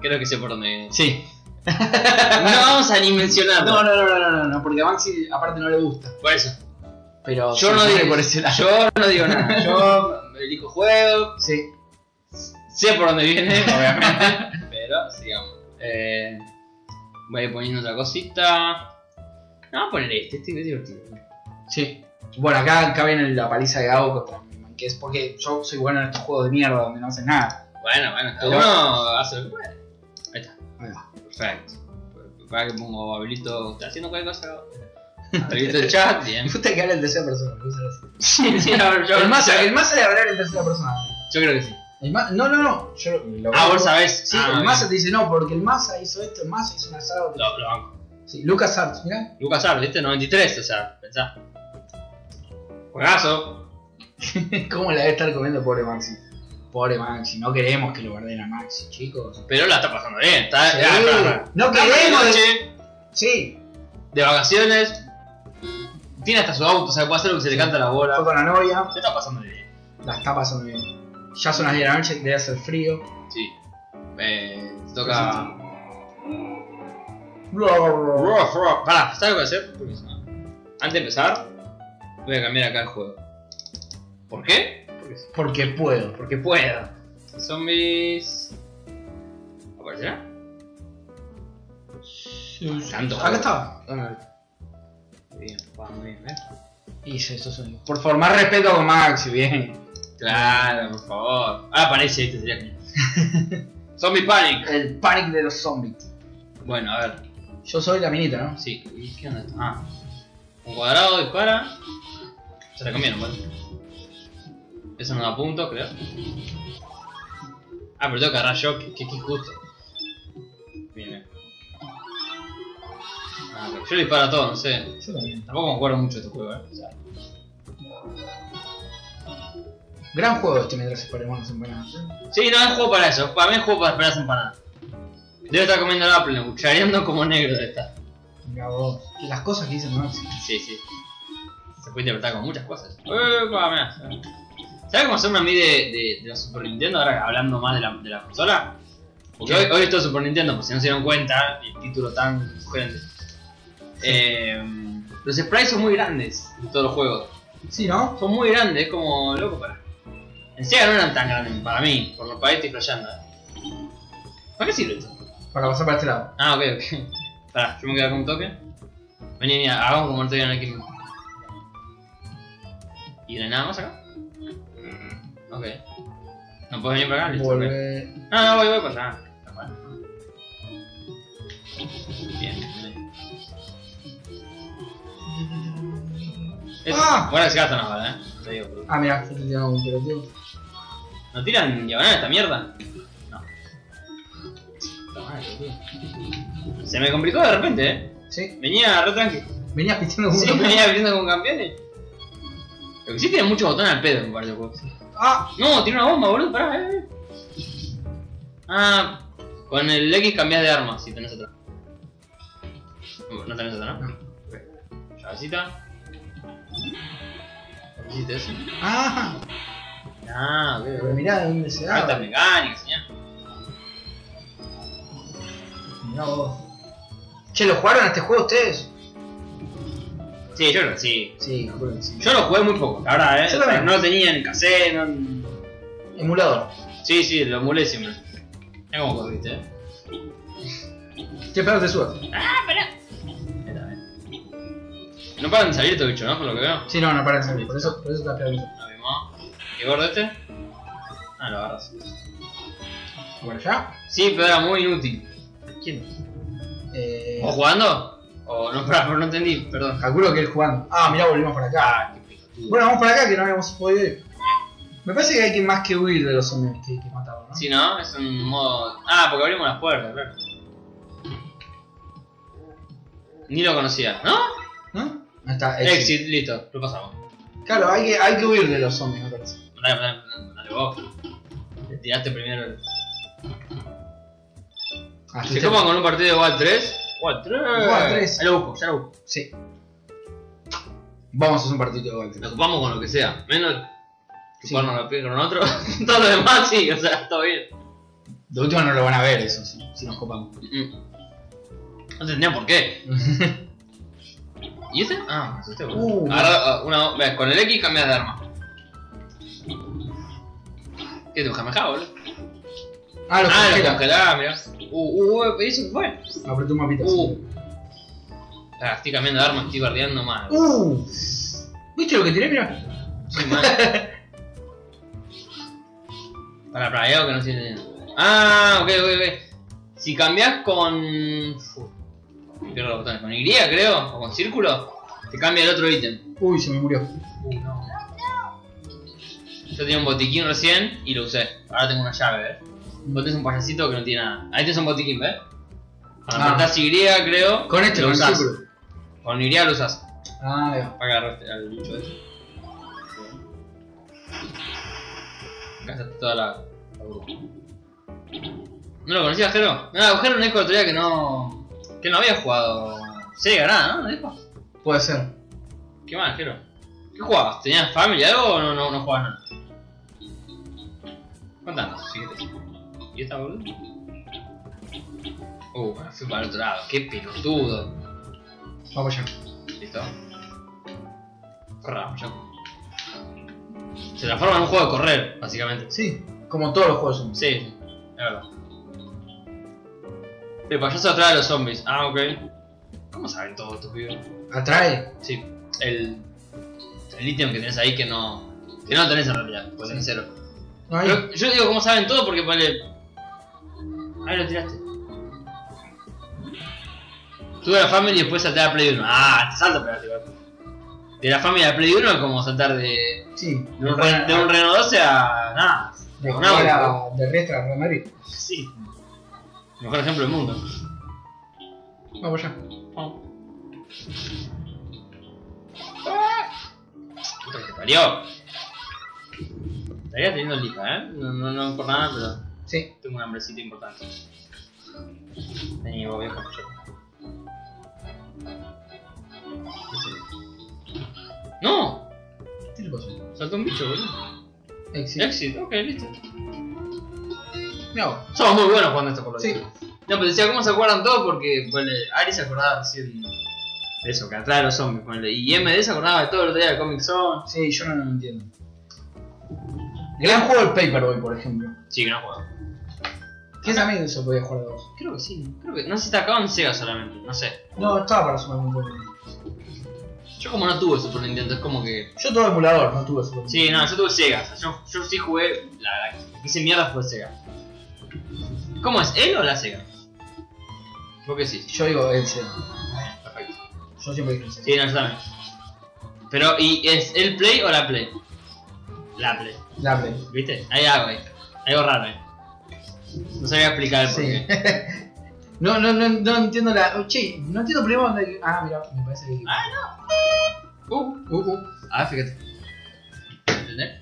creo que sé por dónde. Sí. *laughs* No vamos a ni mencionarlo. No, no, no, no, no, no, no, porque a Maxi aparte no le gusta. Por eso. Pero Yo se no muere digo- por *laughs* ese lado. Yo no digo nada. Yo elijo juego, Sí. sé por dónde *laughs* viene, obviamente. pero sigamos. Eh, voy a ir poniendo otra cosita. No, voy a poner este, este es divertido. Sí. Bueno, acá, acá viene la paliza de Gabo contra mi man, que es porque yo soy bueno en estos juegos de mierda donde no haces *laughs* nada. Bueno, bueno, cada Pero- uno hace lo que puede. Ahí está. Ahí va. Perfecto. Para que pongo Abelito, ¿está haciendo cualquier cosa? Abelito el chat, bien. *laughs* Me gusta que hable en tercera persona. me gusta eso. Sí, sí, a ver, yo, El más, yo, el más de hablar en tercera persona. yo creo que sí. El más, no, no, no. Yo lo- lo- Ah, vos sabés. Sí, Ah, el bien. Massa te dice no, porque el Massa hizo esto, el Massa hizo un asado. Lo, lo banco. Sí, Lucas Arts, mirá. *laughs* Lucas Arts, ¿viste? 93, o sea, pensá. Juegazo. ¿Cómo la debe estar comiendo pobre Maxi? Pobre Maxi, no queremos que lo guarden a Maxi, chicos. Pero la está pasando bien, está. Sí, está- está- no está de queremos. noche, Sí, de vacaciones. Tiene hasta su auto, o sea, puede hacer lo que se le canta la fue bola. con la novia, Se está pasando bien. la está pasando bien. Ya son las 10 de la noche, debe hacer frío. Sí. Eh, te toca. Ruff, ruff. Pará, ¿sabes lo que voy a hacer? Porque si no- Antes de empezar, voy a cambiar acá el juego. ¿Por qué? Porque puedo. Porque puedo. Zombies. ¿Aparecerá? Tanto Acá juego. está. Bien, va muy bien, ¿eh? Hice estos sonidos. Por formar respeto con Maxi, bien. Claro, por favor. Ah, aparece este sería aquí. *laughs* Zombie Panic. El panic de los zombies. Bueno, a ver. Yo soy la minita, ¿no? Sí, ¿y ¿qué onda esto? Ah. Un cuadrado dispara. Se la comieron, bueno. Eso no da punto, creo. Ah, pero tengo que agarrar yo, que, que, que injusto. Viene. Ah, pero yo disparo a todo, no sé. Yo también. Tampoco me acuerdo mucho de este juego, eh. O sea, Gran juego este mientras esperemos las empanadas. ¿eh? Sí, no, es juego para eso. Para mí es juego para esperar las empanadas. Debe estar comiendo el Apple, cuchareando como negro de esta. Mirá vos. Y las cosas que dice Maxi. Sí, sí. Se puede interpretar con muchas cosas. Epa, mirá. ¿Sabes cómo hacerme a mí de, de, de la Super Nintendo ahora hablando más de la, de la consola? Porque hoy, hoy estoy Super Nintendo, por si no se dieron cuenta, el título tan sugerente. Eh, los sprites son muy grandes de todos los juegos. Sí, ¿no? Son muy grandes, es como loco para. En Sega no eran tan grandes para mí, por lo que estoy flasheando. ¿eh? ¿Para qué sirve esto? Para pasar para este lado. Ah, ok, ok. *laughs* Pará, yo me quedo con un toque. Vení, vení, hagamos como no estoy en el equipo. ¿Y de nada más acá? Ok. ¿No puedes venir para acá? Ah, Listo, ok. Volve. No, no, voy, voy pues, ah. para allá. Está mal. Bien, bien. Eso, Ah. Bueno, que se gastan las balas, eh. No te digo, pero- Ah, mirá, yo te tiraba un pelotudo. ¿No tiran diagonal esta mierda? No. Está mal, tío. Se me complicó de repente, eh. Sí. Venía re tranqui. Venías pisteando un Sí, *laughs* venía abriendo con campeones. Lo que sí tiene muchos botones al pedo, me parece. juego. Ah, No, tiene una bomba, boludo, pará, eh. eh. Ah, con el X cambias de arma si tenés otra. No tenés otra, ¿no? Ok. Llavecita. ¿Por qué hiciste eso? Ah, Ah, ok, pero mirá de dónde se Ah, está da. mecánica, señor. Mirá vos. Che, ¿lo jugaron a este juego ustedes? Sí, yo creo que sí. Sí, me acuerdo que sí. Yo lo jugué muy poco, la verdad, ¿eh? Yo O sea, también. no lo tenía en cassette, no... Emulador. Sí, sí, lo emulé siempre. Es como corriste, ¿eh? Che, pedo te suerte. No paran de salir estos bichos, ¿no? Por lo que veo. Sí, no, no, para de salir. Por eso, por eso está pegando. A ver, vamos. ¿Y gordo este? Ah, lo agarras. ¿Por allá? Sí, pero era muy inútil. ¿Quién? Eh, ¿Vos jugando? O no, pará, no entendí, perdón. calculo que él jugando. Ah, mirá, volvimos para acá. Ah, qué pelotudo. Bueno, vamos para acá que no habíamos podido ir. Me parece que hay que más que huir de los zombies que hay que matarlos, ¿no? Sí, ¿no? Es un modo... Ah, porque abrimos las puertas, claro. Ni lo conocía, ¿no? ¿No? Ahí está, exit. Exit, listo, lo pasamos. Claro, hay que, hay que huir de los zombies, me parece. Dale, dale, dale vos. Te tiraste primero el... Ah, Se sí, coman con un partido de Wall 3. Wall 3. Wall 3. Ya lo busco, ya lo busco. Sí. Vamos a hacer un partido de golpe. Nos ocupamos con lo que sea. Menos chuparnos la piel con otro. *laughs* Todo lo demás sí, o sea, todo bien. De última no lo van a ver eso, si, si nos copamos. Mm. No entendía por qué. ¿Y ese? Ah, me asusté, boludo. Uh. Agarra, ah, una, ves, con el X cambias de arma. ¿Qué te busca mejor, boludo? Ah, lo Ah, lo congela. congelaba, mirá. Uh, uh, uh, eso fue. bueno. Apretó un mapita. Uh. sí. Ah, estoy cambiando de arma, estoy bardeando mal. Uh. ¿Viste lo que tiré? Mira. Soy mal. Para, para, hay algo que no tiene. Ah, ok, ok, ok. Si cambias con. Fu, me pierdo los botones. Con Y, creo, o con círculo, te cambia el otro ítem. Uy, se me murió. Yo tenía un botiquín recién y lo usé. Ahora tengo una llave, ¿eh? Vos tenés un payasito que no tiene nada. Ahí tenés un botiquín, ¿ves? Cuando Ah. apretás Y, creo. Con este, lo con el usás. círculo. Con Y lo usás. Ah, ya. Para agarrar este- al bicho este. Gastaste toda la. la bruja. ¿No lo conocías, Jero? No, Jero un dijo el otro día que no. que no había jugado. Sega, nada, ¿no? ¿No dijo? Puede ser. Qué mal, Jero. ¿Qué jugabas? ¿Tenías familia algo o no, no, no jugabas nada? Contanos, siguiente. ¿Y esta boludo? Uh, me fui para el otro lado, qué pelotudo. Vamos allá. Listo. Corramos, ya. Se transforma en un juego de correr, básicamente. Sí, como todos los juegos zombies. Sí, es verdad. El payaso atrae a los zombies. Ah, ok. ¿Cómo saben todos estos pibes? Atrae. Sí, el. El ítem que tenés ahí que no. Que no tenés en realidad, pues tenés cero. No hay. Pero yo digo, ¿cómo saben todo? Porque vale. Ahí lo tiraste. Tú de la Family y después saltar a Play 1. Ah, te salta pero te va. De la Family a Play 1 es como saltar de, Sí. de un, Ren- de un Reno 12 a. nada. De Ronaldo. jugar a- de Riestra a Real Madrid. Sí. Mejor ejemplo del mundo. Vamos allá. Puta que te parió. Estaría teniendo lija, ¿eh? No, no, no por nada, pero. Sí. Tengo un hambrecito importante. Vení, vos viejo. yo. ¿Qué es eso? ¡No! ¿Qué le pasó? Saltó un bicho, boludo. Exit. Exit, ok, listo. Mirá vos. Somos muy buenos jugando esto por lo Sí. visto. No, pero decía, ¿cómo se acuerdan todos? Porque, ponele, Ari se acordaba recién de eso, que atrae a los zombies, ponele. Y MD se acordaba de todo el otro día de Comic Zone. Sí, yo no lo entiendo. Gran juego el Paperboy, por ejemplo. Sí, que no juego. Que también eso podía jugar de dos. Creo que sí, creo que. No sé si está acá o en Sega solamente, no sé. No, estaba para Super Nintendo. Yo como no tuve Super Nintendo, es como que. Yo tuve emulador, no tuve Super Sí, no, yo tuve Sega. O sea, yo, yo sí jugué. La, la que hice mierda fue Sega. ¿Cómo es? ¿Él o la Sega? Porque sí. Yo digo el Sega. Perfecto. Yo siempre dije el Sega. Sí, no, yo también. Pero, ¿y es el Play o la Play? La Play. La Play. ¿Viste? Hay algo ahí. Hay algo raro ahí. No sabía explicar el Sí. porqué. no, no, no, no entiendo la. oh, Che, no entiendo primero dónde. Ah, mira, me parece que. Ah, Uh, Uh, uh. ah, fíjate. ¿Entendés?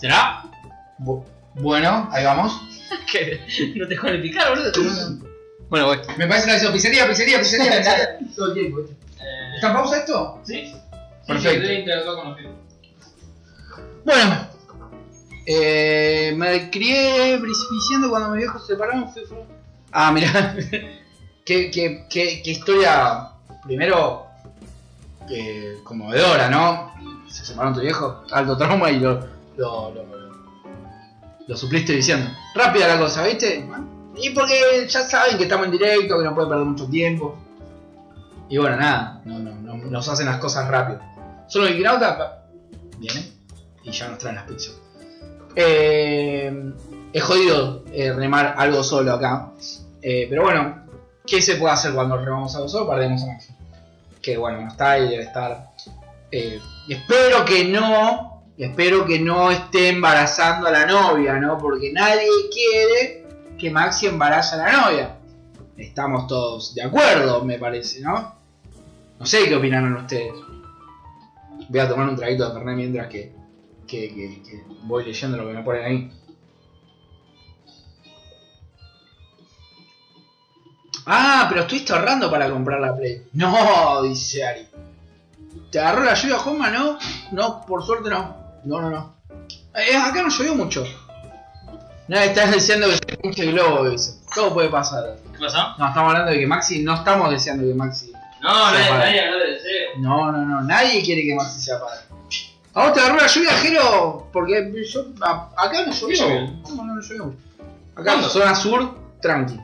¿Será? Bu- bueno, ahí vamos. *laughs* Que no te dejaron de picar, boludo. Bueno, voy. Me parece que la hizo pizzería, pizzería, pizzería, pizzería. *laughs* Todo el tiempo. ¿viste? Eh, ¿Está en pausa esto? ¿Sí? Sí, Perfecto. Sí, interactuar con los pibes. Bueno, Eh, me crié brisbiciando cuando mis viejos se separaron. Fui, fui- Ah, mirá. *laughs* qué, qué- qué- qué historia. Primero, eh, conmovedora, ¿no? Se separaron tu viejo, alto trauma y lo, lo, lo, lo- lo supliste diciendo. Rápida la cosa, ¿viste? Y porque ya saben que estamos en directo, que no pueden perder mucho tiempo. Y bueno, nada, no, no, no- nos hacen las cosas rápido. Solo el Guinauta pa- viene y ya nos traen las pizzas. Eh, es jodido eh, remar algo solo acá. Eh, pero bueno, ¿qué se puede hacer cuando remamos algo solo? Perdemos a Maxi. Que bueno, no está y debe estar. Eh, espero que no. Espero que no esté embarazando a la novia, ¿no? Porque nadie quiere que Maxi embarace a la novia. Estamos todos de acuerdo, me parece, ¿no? No sé qué opinaron ustedes. Voy a tomar un traguito de Fernet mientras que, que, que- que voy leyendo lo que me ponen ahí. Ah, pero estuviste ahorrando para comprar la Play. No, dice Ari. ¿Te agarró la lluvia, Juanma? No, no, por suerte no. No, no, no. Eh, acá no llovió mucho. Nada, estás diciendo que se pinche el globo, dice. Todo puede pasar. ¿Qué pasó? No, estamos hablando de que Maxi, no estamos deseando que Maxi No, Se nadie, para. nadie habló de deseo. no, no, no, nadie quiere que Maxi sea padre. ¿A vos te agarró la lluvia, Jero? Porque yo, a- acá no llovió. llovió? No, no, no llovió. Acá en ¿Cuándo? zona sur, tranqui.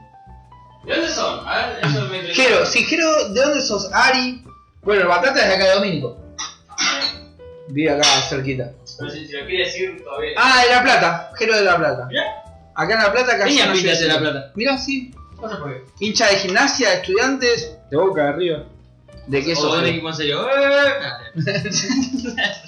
¿De dónde son? A ver, eso me interesa. Jero, si Jero, ¿de dónde sos? Ari. Bueno, el batata es de acá de Domínico. Vive acá cerquita. No sé si lo quiere decir todavía. Ah, de La Plata. Jero de La Plata. Mirá. Acá en La Plata casi Tenía no pinta de ser llovió. La Plata. Mirá, sí. Pasa por qué. Hincha de gimnasia, de estudiantes. De boca de arriba. ¿De qué O sos? de un Jero? equipo en serio. ¡Eh! *laughs*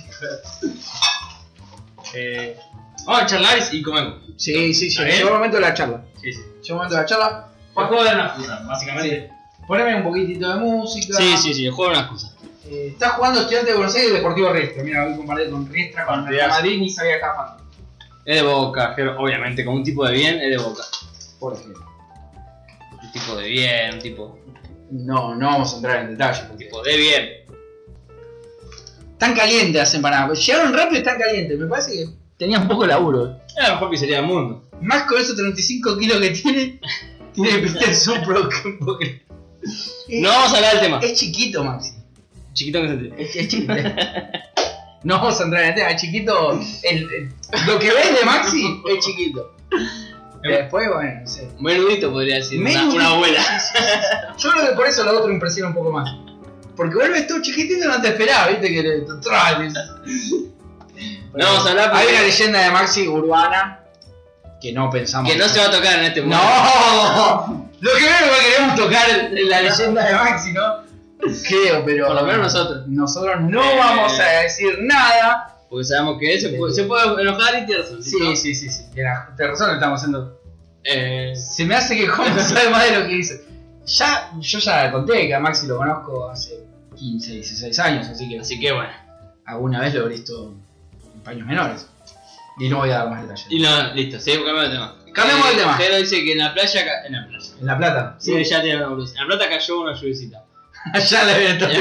Eh, vamos a charlar y comemos. Sí, sí, sí. ¿Está bien? Llegó el momento de la charla. Sí, sí. Llegó el momento de la charla. Fue a jugar una puta, básicamente. Poneme un poquitito de música. Sí, sí, sí, juego una excusa. Eh, está jugando Estudiante de Buenos Aires y Deportivo Riestra. Mira, hoy comparé con Riestra, con Con Real Riestra. Madrid, ni sabía que estaba jugando. Es de boca, pero obviamente, con un tipo de bien, es de boca. Por ejemplo. Un tipo de bien, un tipo. No, no vamos a entrar en detalle. Un Porque... tipo de bien. Están calientes las empanadas. Llegaron rápido y están calientes. Me parece que tenían poco laburo. Es la mejor pizzería del mundo. Más con esos 35 kilos que tiene, *laughs* tiene que pintar su poco. *laughs* No vamos a hablar del tema. Es chiquito, Maxi. Chiquito que se te. Es, es chiquito. No vamos a entrar en el tema, chiquito. el- el- lo que ves de Maxi *laughs* es chiquito. Después, bueno, no sé. Menudito podría decir. Una, Menudito. una abuela. Yo creo que por eso la otra impresiona un poco más. Porque vuelves tú chiquitito no te esperaba, viste que le traes. No vamos a hablar porque- Hay una leyenda de Maxi urbana que no pensamos. Que no se va a tocar en este mundo. *laughs* ¡No! Lo que menos que queremos tocar es la leyenda de Maxi, ¿no? Creo, pero. Por lo menos nosotros. Nosotros no Eh. vamos a decir nada. Porque sabemos que se puede, se puede enojar y tirarse. Sí, sí, sí, sí. Tienes tienes razón, lo estamos haciendo. Eh, Se me hace que *laughs* Juan sabe más de lo que dice. Ya, yo ya conté que a Maxi lo conozco hace 15, 16 años, así que así que bueno. alguna vez lo habré visto en paños menores. Y no voy a dar más detalles. Y no, listo, sí, cambiamos de tema. Cambiamos de tema. Jero dice que en la playa. ca- En la playa. En La Plata. Sí, *laughs* ya tiene una blusa. En la plata cayó una lluvicita. Allá la había tocado.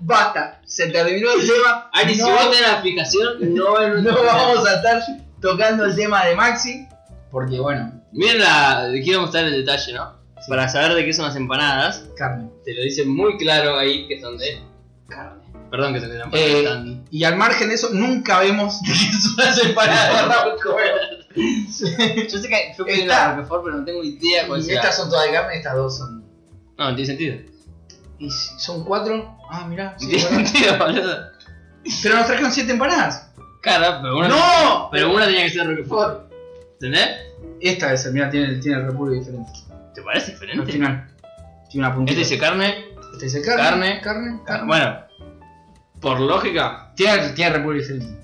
Basta, se terminó el tema. Ari, si no, vos tenés la explicación, *laughs* no es no vamos a estar tocando el tema de Maxi. Porque bueno, Miren la. de Aquí vamos a estar en detalle, ¿no? Para saber de qué son las empanadas, carne. te lo dice muy claro ahí que son de carne. Perdón que te quedan Eh, tan- Y al margen de eso, *laughs* nunca vemos de qué son las empanadas. Rauco. Yo sé que yo pedí está. la Roquefort, pero no tengo idea cuál Y sea. estas son todas de carne, estas dos son. No, no tiene sentido. Y si son cuatro. Ah, mirá. No *laughs* sí, tiene verdad. sentido, boludo. Pero nos trajeron siete empanadas. Cara, pero una, ¡No! pero una tenía que ser Roquefort. Por- ¿Entendés? Esta es el, mirá, tiene, tiene el repulgo diferente. ¿Te parece Al diferente? final. Tiene una puntita. Este dice carne. Este dice carne, carne. carne, Ah, carne. Bueno, por lógica, Tiene, tiene repulgue *laughs* diferente.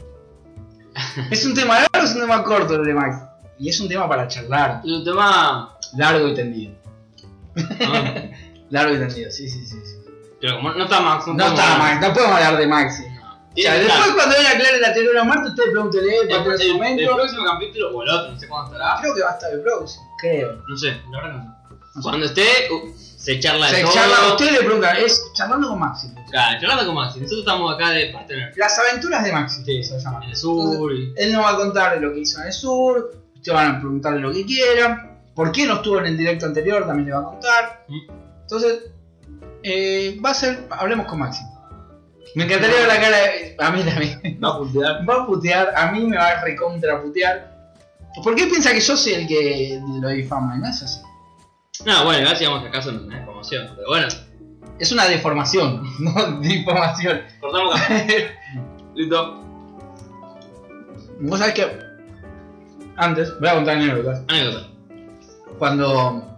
¿Es un tema largo o es un tema corto el de Max? Y es un tema para charlar. es un tema. Largo y tendido. Ah, Largo y tendido, sí, sí, sí. sí. pero como no está Max, No está Max, no podemos hablar de Max. sí. O sea, después cuando venga Clara la teoría de Marta, ustedes pregúntenle el, para el el- el momento. próximo capítulo o el otro, no sé cuándo estará. Creo que va a estar el próximo, creo. No sé, la verdad que no sé. Cuando esté, uh, se charla de Se todo. charla, ustedes le preguntan, es charlando con Maxi. Claro, charlando con Maxi. Nosotros estamos acá de partener. Las aventuras de Maxi, sí, se llama. En el sur y. Él nos va a contar de lo que hizo en el sur, ustedes van a preguntarle lo que quieran, por qué no estuvo en el directo anterior también le va a contar. Entonces, eh, va a ser, hablemos con Maxi. Me encantaría ver la cara, de- a mí también. *laughs* Va a puntear. Va a putear, a mí me va a recontraputear. ¿Por qué piensa que yo soy el que lo difama? No es así. No, bueno, gracias, vamos acaso en una promoción. Pero bueno, Es una deformación, *laughs* no difamación. cortamos *laughs* acá. Listo. Vos sabés que antes, voy a contar anécdotas. Anécdota. Cuando.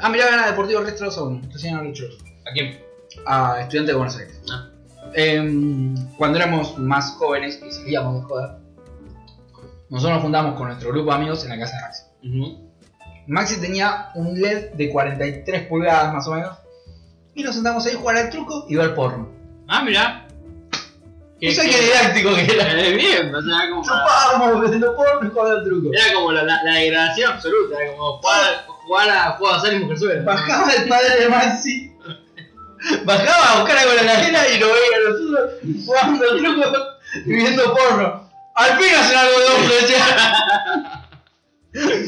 Ah, mirá, gana Deportivo Retro Zone, recién lo hecho. ¿A quién? A estudiante de Buenos Aires. Ah. Em, cuando éramos más jóvenes y salíamos de joder, nosotros nos juntamos con nuestro grupo de amigos en la casa de Maxi. Ujú. Maxi tenía un LED de 43 pulgadas más o menos. Y nos sentamos ahí a jugar al truco y ver porno. Ah, mirá. ¿Qué, qué didáctico *laughs* que era? Eh, bien, o sea, como. para- Chupábamos viendo porno y jugando al truco. Era como la, la, la degradación absoluta, era como jugar, jugar a juego de azar y mujerzuela. Bajaba el padre de Maxi. Bajaba a buscar algo en la arena y lo veía a nosotros jugando al *laughs* truco y viendo porno. Al fin hacen algo de hombre,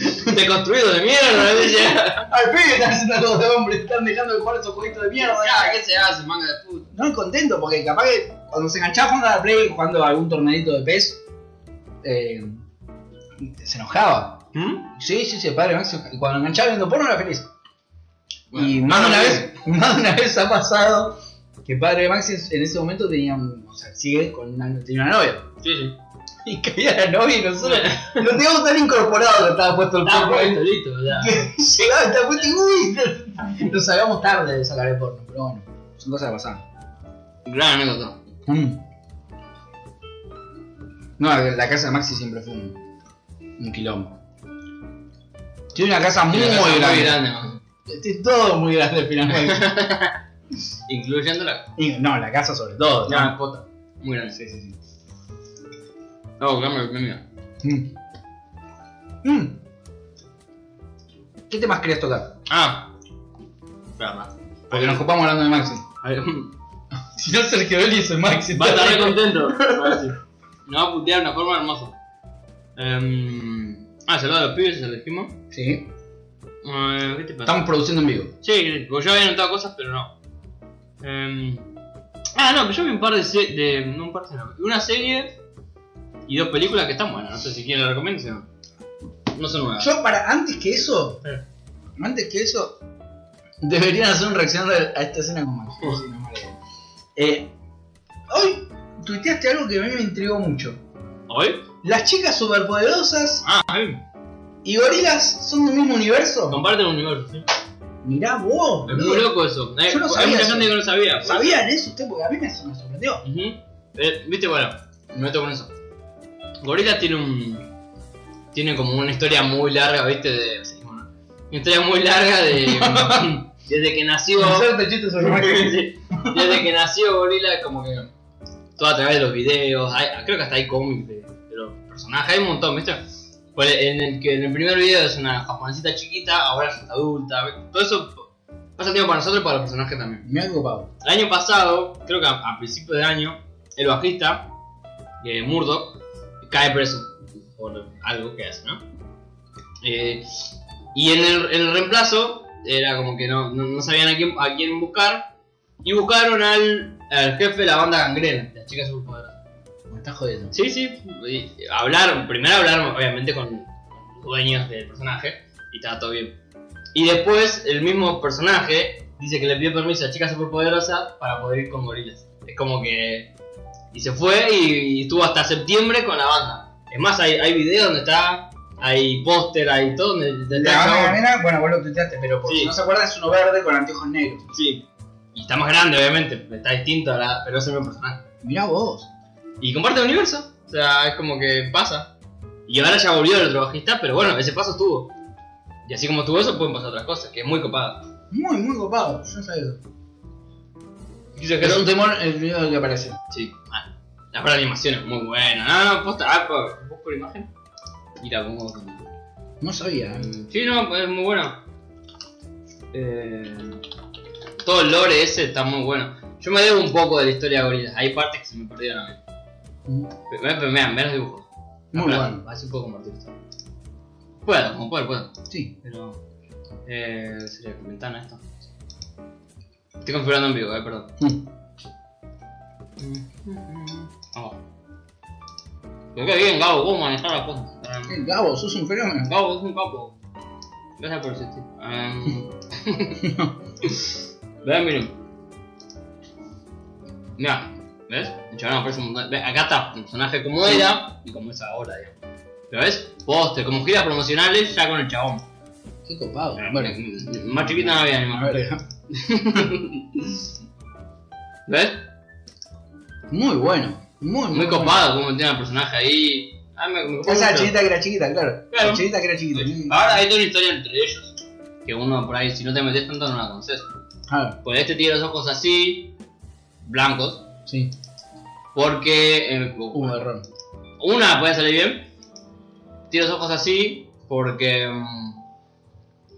*laughs* che. Deconstruido de mierda, decía. Al fin hacen algo de hombre. Están dejando de jugar esos jueguitos de mierda. Ya, ¿qué se hace, manga de puta? No es contento porque capaz que cuando se enganchaba jugando a la play, jugando a algún torneito de pez, eh, se enojaba. ¿Mm? Sí, sí, sí, el padre Maxi. Y cuando enganchaba viendo porno era feliz. y Bueno, más de, una no, vez, *laughs* más de una vez ha pasado que padre de Maxi en ese momento tenía, un- o sea, sigue con una, tenía una novia. *laughs* Sí, sí. Y caía la novia y nosotros lo teníamos tan incorporado que estaba puesto el Estaba porno. puesto, ahí, Ah, listo, o sea. que *laughs* llegaba, estaba puesto y uy, nos sacamos tarde de sacar el porno, pero bueno, son cosas que pasan. Gran anécdota. Mm. No, la casa de Maxi siempre fue un, un quilombo. Tiene una casa muy, Una cosa grande. man. Este, todo muy grande finalmente. *laughs* Incluyéndola. Y- No, la casa sobre todo. Ya, ¿no? puta. Muy grande. Sí, sí, No, claro, mi amigo. sí. Mm. Mm. ¿Qué temas querías tocar? Ah. Espera, va. *laughs* Porque nos ocupamos hablando de Maxi. A ver, Si no, Sergio Belli es Maxi. Va a *laughs* estar re *laughs* contento. Nos va a putear de una forma hermosa. Em, ah, saludos a los pibes, ya lo dijimos. Sí. Eh, ¿Qué te pasa? Estamos produciendo en vivo. Sí, porque yo había anotado cosas, pero no. Em, ah, no, que yo vi un par de, se- de. No un par de. no, Una serie y dos películas que están buenas. No sé si quieren la recomiendo si no. No son nuevas. Yo, para antes que eso, Eh. antes que eso, deberían hacer un reacción de- a esta escena con Maxi. Oh. Sí, no, vale. Eh, hoy tuiteaste algo que a mí me intrigó mucho. ¿Hoy? Las chicas superpoderosas Ah, ahí. y gorilas son del mismo universo. Comparten el universo, sí. Mirá vos. Es boludo. muy loco eso. Hay, Yo no hay sabía mucha eso. gente que no sabía. pues. ¿Sabían eso usted? Porque a mí me, eso me sorprendió. Ujú. Eh, Viste, bueno, me meto con eso. Gorilla tiene un. Tiene como una historia muy larga, viste, de. sí, bueno, una historia muy larga *laughs* de. desde que nació. Inserte chiste sobre Maxi. *laughs* Sí. Desde que nació Gorila, como que todo a través de los videos, hay- creo que hasta hay cómics de, de los personajes, hay un montón, ¿viste? Pues en el que en el primer video es una japonesita chiquita, ahora es adulta, ¿ves? todo eso pasa tiempo para nosotros y para los personajes también. Me ha copado. El año pasado, creo que a, a principio de año, el bajista, eh, Murdo, cae preso por algo que hace, ¿no? Eh, y en el, en el reemplazo, era como que no, no, no sabían a quién, a quién buscar, y buscaron al, al jefe de la banda Gangrena, las chicas superpoderosas. Me está jodiendo. Sí, sí, y hablaron, primero hablaron obviamente con los dueños del personaje, y estaba todo bien. Y después, el mismo personaje dice que le pidió permiso a chicas superpoderosas para poder ir con gorilas. Es como que. Y se fue y, y estuvo hasta septiembre con la banda. Es más, hay, hay videos donde está, hay póster, hay todo. Donde, donde La está el banda chabón. ganera, bueno, vos lo tuiteaste, pero por Sí. si no se acuerdan es uno verde con anteojos negros. Sí. Y está más grande, obviamente. Está distinto, a la, pero es el mismo personaje. Mirá vos. Y comparte el universo. O sea, es como que pasa. Y ahora ya volvió el otro bajista, pero bueno, ese paso estuvo. Y así como estuvo eso, pueden pasar otras cosas, que es muy copado. Muy, muy copado. Yo no sabía eso. Dice que Es un temor el video que aparece. Sí, ah, la verdad, la animación es muy buena. No, no, posta, ah, po- busco la imagen y la pongo. No sabía. Mm, Sí, no, es muy buena. Eh, todo el lore ese está muy bueno. Yo me debo un poco de la historia de Gorillaz. Hay partes que se me perdieron a mí. Mm. Pero, vean, pero vean, vean los dibujos. Muy Habla, bueno. Así puedo compartir esto. Puedo, como puedo, puedo. Sí. Pero. Eh, sería con ventana esto. Estoy configurando en vivo, eh, perdón. Mm. Vamos. Lo que bien, Gabo, cómo manejar la cosa. Eh, Eh, Gabo, sos un fenómeno. Gabo, es un capo. Gracias por existir. Eh, Vean, miren. Mira, ¿ves? El chaval aparece un montón. Ve, Acá está, el personaje como era y como es ahora, digamos. ¿Lo ves? Poster, como giras promocionales, ya con el chabón. Qué copado. Eh, Bueno, m- más chiquita no había ni a más. ver, ¿Ves? muy bueno. Muy, muy Muy bueno. copado como tiene el personaje ahí. Ah, me, me copó Esa mucho. chinita que era chiquita, claro. Claro. La chinita que era chiquita. Mm. Ahora hay toda una historia entre ellos. Que uno por ahí, si no te metes tanto, no la conoces. Ah, Pues este tiene los ojos así, blancos, sí. porque. eh, Hubo error. Una puede salir bien. Tiene los ojos así, porque. mm,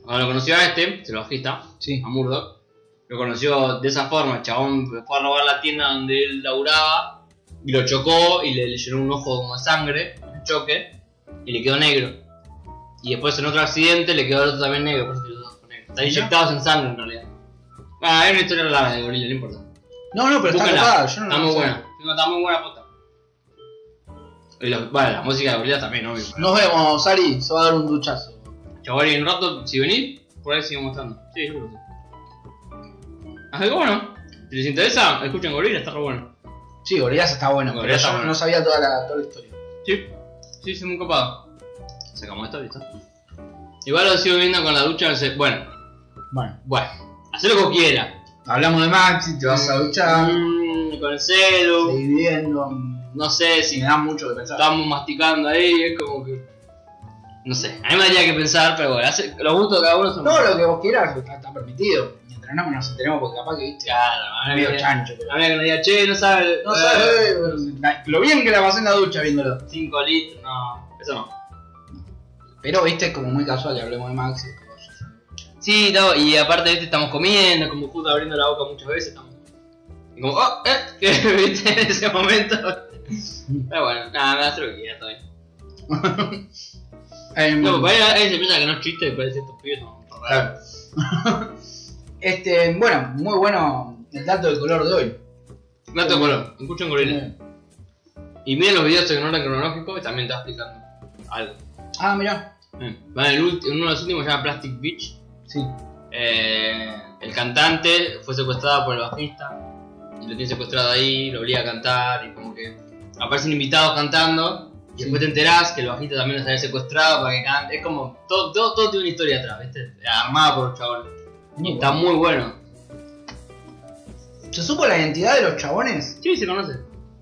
cuando lo conoció a este, se lo agita, Sí. a Murdoch. Lo conoció de esa forma, el chabón fue a robar la tienda donde él laburaba y lo chocó y le, le llenó un ojo como de sangre, en el choque, y le quedó negro. Y después en otro accidente le quedó el otro también negro, por eso tiene los ojos negros. Están inyectados en sangre en realidad. Ah, hay una historia larga de gorila, no importa. No, no, pero está Búscala. copada. Yo no Está la muy sé. buena. No, Está muy buena posta. Y los- bueno, la música de Gorillaz también, obvio. Nos vemos, Ari. Se va a dar un duchazo. Chaval, y en un rato, si venís, por ahí sigo mostrando. Sí, yo creo que sí. Así que bueno, si les interesa, escuchen Gorillaz, está re bueno. Sí, Gorillaz está bueno, pero Gorillaz yo está bueno. no sabía toda la, toda la historia. Sí, sí, sí, muy copado. Sacamos esto, listo. Igual lo sigo viendo con la ducha, no sé. Bueno, Bueno, bueno, hacé lo que quiera. hablamos de Maxi, te vas a duchar, Mm, con el celu, seguí viendo. no sé si Si me da mucho que pensar. estamos masticando ahí, es como que. No sé, a mí me daría que pensar, pero bueno, hace- los gustos de cada uno son. Todo lo que vos quieras está, está permitido. Mientras no nos enteremos, porque capaz que viste, Claro, a mí medio me chancho. Pero... a mí que nos diga, che, no sabe. No sabes, eh, la- lo bien que la pasé en la ducha viéndolo. 5 litros, no, eso no. Pero viste, es como muy casual que hablemos de Maxi. Sí, no, y aparte, viste, estamos comiendo, como justo abriendo la boca muchas veces, estamos. Y como, oh, eh, *laughs* que viste en ese momento. Pero bueno, nada, me hace lo que quiera, está bien. Eh, No, por ahí, ahí se piensa que no es chiste y parece estos pibes son raros. claro. este, bueno, muy bueno el dato del color de hoy. Eh, Dato de color, escuchen gorila. Y miren los videos en orden cronológico y también te va explicando algo. Ah, mirá. Eh, Va en, el ulti- en uno de los últimos se llama Plastic Beach. Sí. Eh, el cantante fue secuestrado por el bajista y lo tiene secuestrado ahí, lo obliga a cantar y como que aparecen invitados cantando y después te enterás que el bajista también los había secuestrado para que cante. Es como, todo, todo, todo tiene una historia atrás, ¿viste? Armada por los chabones. Muy Y está muy bueno. ¿Se supo la identidad de los chabones? Sí, se conoce.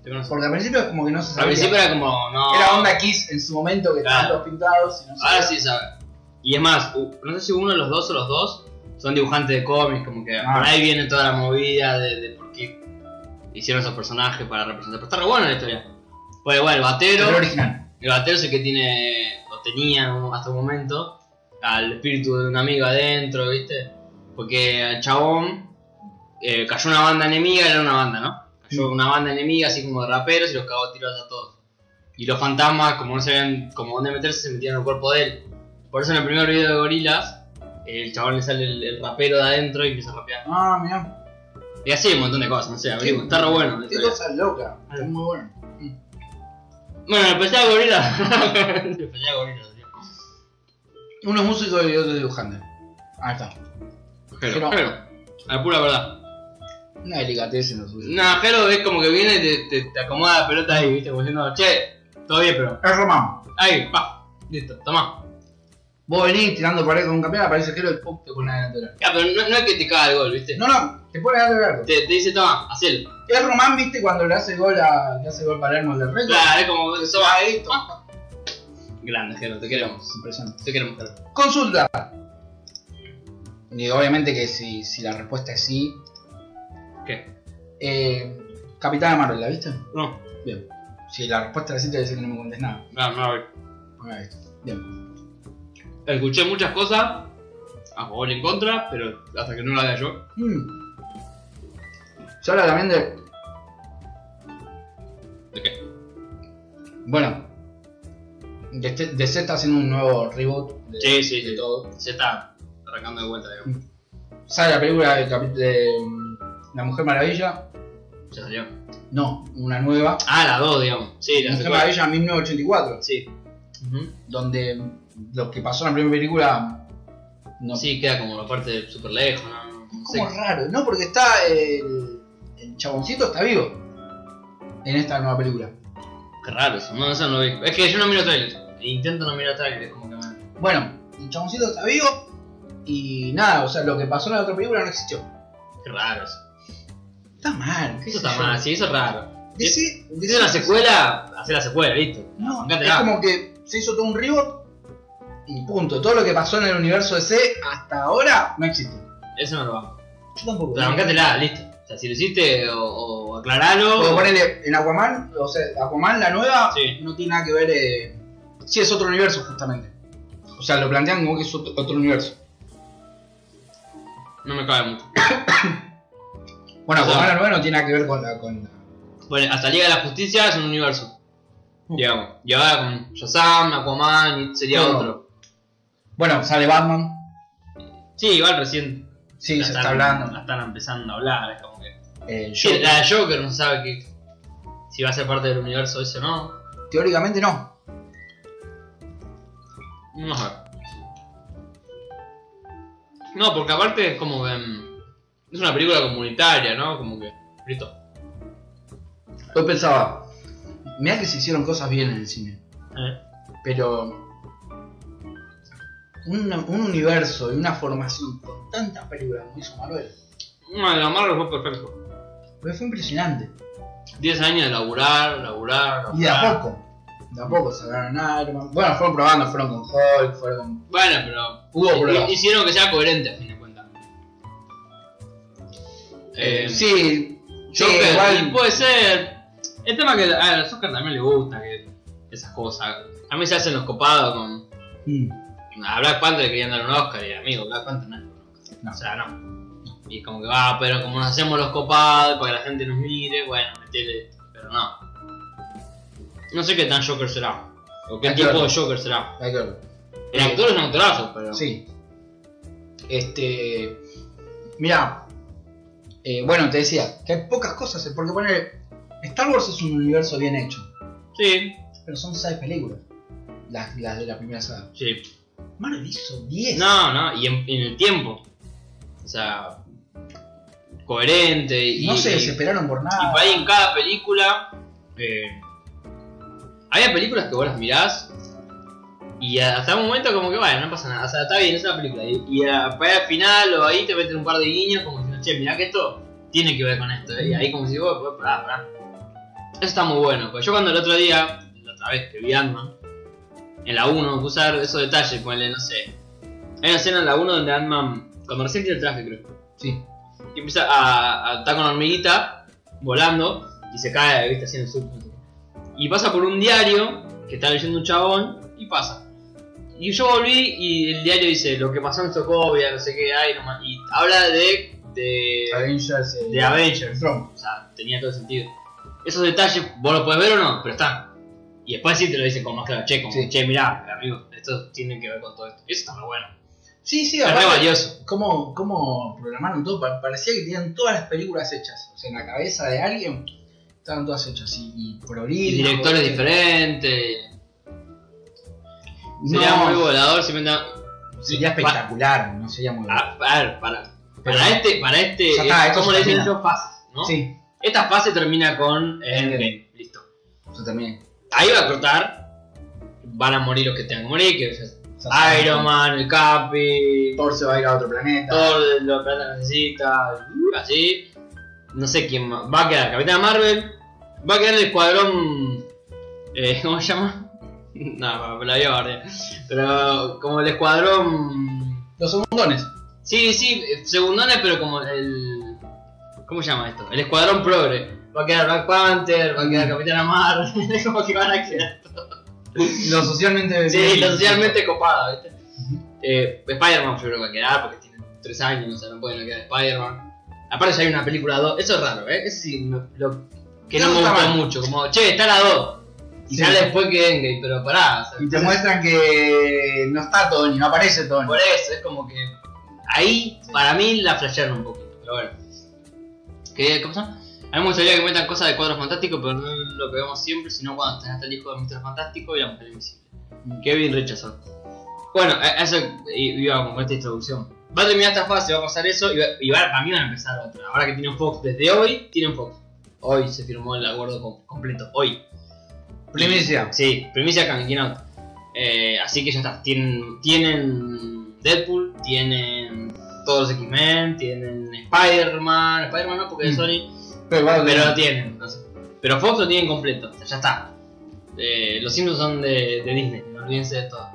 Se conoce. Porque al principio es como que no se Al sabía. principio era como, no. Era onda Kiss en su momento que estaban Claro. todos pintados. Y no Ahora sabía. sí sabe. Y es más, u- no sé si uno de los dos o los dos son dibujantes de cómics, como que Ah. por ahí viene toda la movida de, de por qué hicieron esos personajes para representar. Pero está re buena la historia. Pues bueno, el Pero batero, era original. el batero es el que tiene, o tenía hasta un momento, al espíritu de un amigo adentro, ¿viste? Porque al chabón eh, cayó una banda enemiga, era una banda, ¿no? Cayó una banda enemiga, así como de raperos, y los cagó a tiros a todos. Y los fantasmas, como no sabían como dónde meterse, se metían en el cuerpo de él. Por eso en el primer video de Gorilas, el chabón le sale el, el rapero de adentro y empieza a rapear. Ah, mirá. Y así hay un montón de cosas, no sé, averigua, Sí. está re bueno. la Qué historia. cosa loca. Está muy bueno. Bueno, empecé a *laughs* Gorilas. empecé a Gorilas, tío. Uno es músico y otro es dibujante. Ahí está. Pero, Pero- pero, a la pura verdad. Una delicatez en lo suyo. Nah, Jero es como que viene y te, te, te acomoda la pelota ahí, viste, como diciendo, che, todo bien, pero. Es Román. Ahí, pa, listo, tomá. Vos venís tirando pared con un campeón, aparece Jero y pum, te pone adelante del arco. Ya, pero no, no es que te caga el gol, viste. No, no, te pone adelante del arco. Te, te dice, toma, hacelo. Es Román, viste, cuando le hace gol a. le hace gol Palermo del Rey. Claro, es como, toma, ahí, toma. Grande, Jero, te queremos. Impresionante. Te queremos, Jero. Consulta. Digo, obviamente que si, si la respuesta es sí. ¿Qué? Eh, Capitana Marvel, ¿la viste? No, Si la respuesta es sí, te voy a decir que no me contés nada. no, no, a ver. No la viste. Bien. Escuché muchas cosas, a favor y en contra, pero hasta que no lo haga yo. Mm. Se habla también de. ¿De qué? Bueno. De este- DC está haciendo un nuevo reboot de, Sí, sí, de sí. todo. Se está arrancando de vuelta, digamos. ¿Sabe la película de, capi- de, mm, La Mujer Maravilla? Ya salió. No, una nueva. Ah, la 2, digamos. Sí, La la Mujer secuela. Maravilla 1984. Sí. Ujú. Donde mm, lo que pasó en la primera película. mm, No, Sí, queda como la parte súper lejos, ¿no? No sé. Como raro, ¿no? Porque está el, el chaboncito está vivo en esta nueva película. Qué raro eso. No, eso no lo vi. Es que yo no miro trailers. Intento no mirar trailers, como que me... Bueno, el chaboncito está vivo y nada, o sea, lo que pasó en la otra película no existió. Qué raro eso. Está mal. qué Eso sé está yo. mal, sí, eso es raro. DC, Si es una secuela, hace la secuela, listo. No, Bancate es la. como que se hizo todo un reboot y punto. Todo lo que pasó en el universo DC hasta ahora no existe. Eso no lo hago. Yo tampoco. Pero bancátela, listo. O sea, si lo hiciste o, o aclaralo. Porque ponele, en Aquaman, o sea, Aquaman la nueva Sí. no tiene nada que ver. Eh, sí, es otro universo, justamente. O sea, lo plantean como que es otro, otro universo. No me cabe mucho. Bueno, O sea, Aquaman la nueva no tiene nada que ver con la. Con la- Bueno, hasta Liga de la Justicia es un universo. Digamos. Y ahora con Shazam, Aquaman, y sería No. otro. Bueno, sale Batman. Sí, igual recién. Sí, la se están- está hablando. La están empezando a hablar, es como que. Eh, yo, Sí, La de Joker no sabe que si va a ser parte del universo eso o no. teóricamente no. No sé. No, porque aparte es como que. mm, Es una película comunitaria, ¿no? Como que. Listo. Yo pensaba, mirá que se hicieron cosas bien en el cine. Eh. Pero. Un, un universo y una formación con tantas películas como hizo Marvel. pues No, de Marvel fue perfecto. Fue fue impresionante. 10 años de laburar, laburar, laburar. Y de a poco. De a poco sacaron Iron Man. Bueno, fueron probando, fueron con Hulk, fueron con. Bueno, pero. Hubo hi- pruebas. Hicieron que sea coherente a fin de cuentas. Eh, sí, sí, Joker, igual. y puede ser. El tema que a a Joker también le gusta que esas cosas. A mí se hacen los copados con. Mm. A Black Panther le querían dar un Oscar y amigo, Black Panther no. No. O sea, no. Y es como que va, pero como nos hacemos los copados para que la gente nos mire, bueno, metele. Pero no. No sé qué tan Joker será. O qué Hay que tipo verlo. de Joker será. Hay que verlo. El actor es un actorazo, pero. Sí. Este. Mira. bueno, te decía que hay pocas cosas. eh, Porque poner. Star Wars es un universo bien hecho. Sí, Pero son seis películas. Las, las de la primera saga. sí. Marvel hizo 10. No, no, y en, en el tiempo. O sea. Coherente y. No se y- desesperaron por Y nada. por ahí en cada película. eh, había películas que vos las mirás. Y hasta un momento como que bueno, no pasa nada. O sea, está bien, es una película. Y, y a- para el final o ahí te meten un par de guiños como diciendo, che, mirá que esto tiene que ver con esto. eh". Y ahí como si vos, pues, pará, pará. Eso está muy bueno. Porque yo cuando el otro día, la otra vez que vi Ant-Man, en la 1, usar esos detalles, ponle, no sé. Hay una escena en la 1 donde Ant-Man, cuando recién tiene el traje creo. Sí. Y empieza a, a estar con la hormiguita volando y se cae, viste, haciendo surf. no sé qué. Y pasa por un diario que está leyendo un chabón y pasa. Y yo volví y el diario dice lo que pasó en Sokovia, no sé qué, Iron Man, y habla de, de, Avengers. eh, de Avengers. Throne. O sea, tenía todo sentido. Esos detalles, vos los podés ver o no, pero están. Y después sí te lo dicen con más claro, che, como, Sí. che, mirá, amigo, esto tiene que ver con todo esto. Eso está muy bueno. Sí, sí, Es aparte, re valioso. ¿cómo, cómo programaron todo? Pa- Parecía que tenían todas las películas hechas. O sea, en la cabeza de alguien estaban todas hechas. Y, y Y prolijo, directores eh, diferentes. no, Sería muy volador si me da- sería espectacular, no sería muy Ah, A ver, para, Pero- para este, para este, Ya está, eh, esto ¿cómo le se dicen termina. dos fases? ¿no? Sí, Esta fase termina con eh, Endgame. Endgame, listo. yo también. Ahí va a cortar, van a morir los que tengan que morir, que es Iron Man, el Capi, Thor se va a ir a otro planeta. todo lo que la necesita, así. No sé quién más. Va a quedar Capitán Marvel, va a quedar el escuadrón, eh, ¿cómo se llama? *laughs* No, me la voy a bardear. Pero como el escuadrón *laughs* Los segundones. Sí, sí, eh, segundones, pero como el. ¿Cómo se llama esto? El Escuadrón Progre. Va a quedar Black Panther, va a quedar Capitana *laughs* Marvel, como que van a quedar. Lo socialmente. Sí, lo socialmente copado, ¿viste? Eh, Spider-Man yo creo que va a quedar porque tiene 3 años, o sea, no puede no quedar Spider-Man. Aparte ya hay una película 2, eso es raro, ¿eh? Eso sí, no- lo que no, Eso me está gusta mal. mucho, como, che, está la 2. Y Sí. sale después que Endgame, pero pará, o sea, Y te muestran que no está Tony, no aparece Tony. por eso, es como que ahí para mí la flashearon un poquito, pero bueno. ¿Qué, ¿Cómo se llama? A mí me gustaría que metan cosas de cuadros fantásticos, pero no lo que vemos siempre, sino cuando está hasta el hijo de Mr. Fantástico y la mujer invisible. Kevin Richardson. Bueno, a- a eso i- iba con esta introducción. Va a terminar esta fase, va a pasar eso y, va- y va- para mí van a empezar otra. Ahora que tienen Fox, desde hoy tienen Fox. Hoy se firmó el acuerdo com- completo, hoy. Primicia. Sí, primicia Kankin Out. Eh, así que ya está. Tienen, tienen Deadpool, tienen todos los X-Men, tienen Spider-Man. Spider-Man no, porque es Mm. Sony. Pero, bueno, Pero lo tienen. entonces. Pero Fox lo tienen completo. o sea, ya está. Eh, los Simpsons son de, de Disney. No olvídense de todo.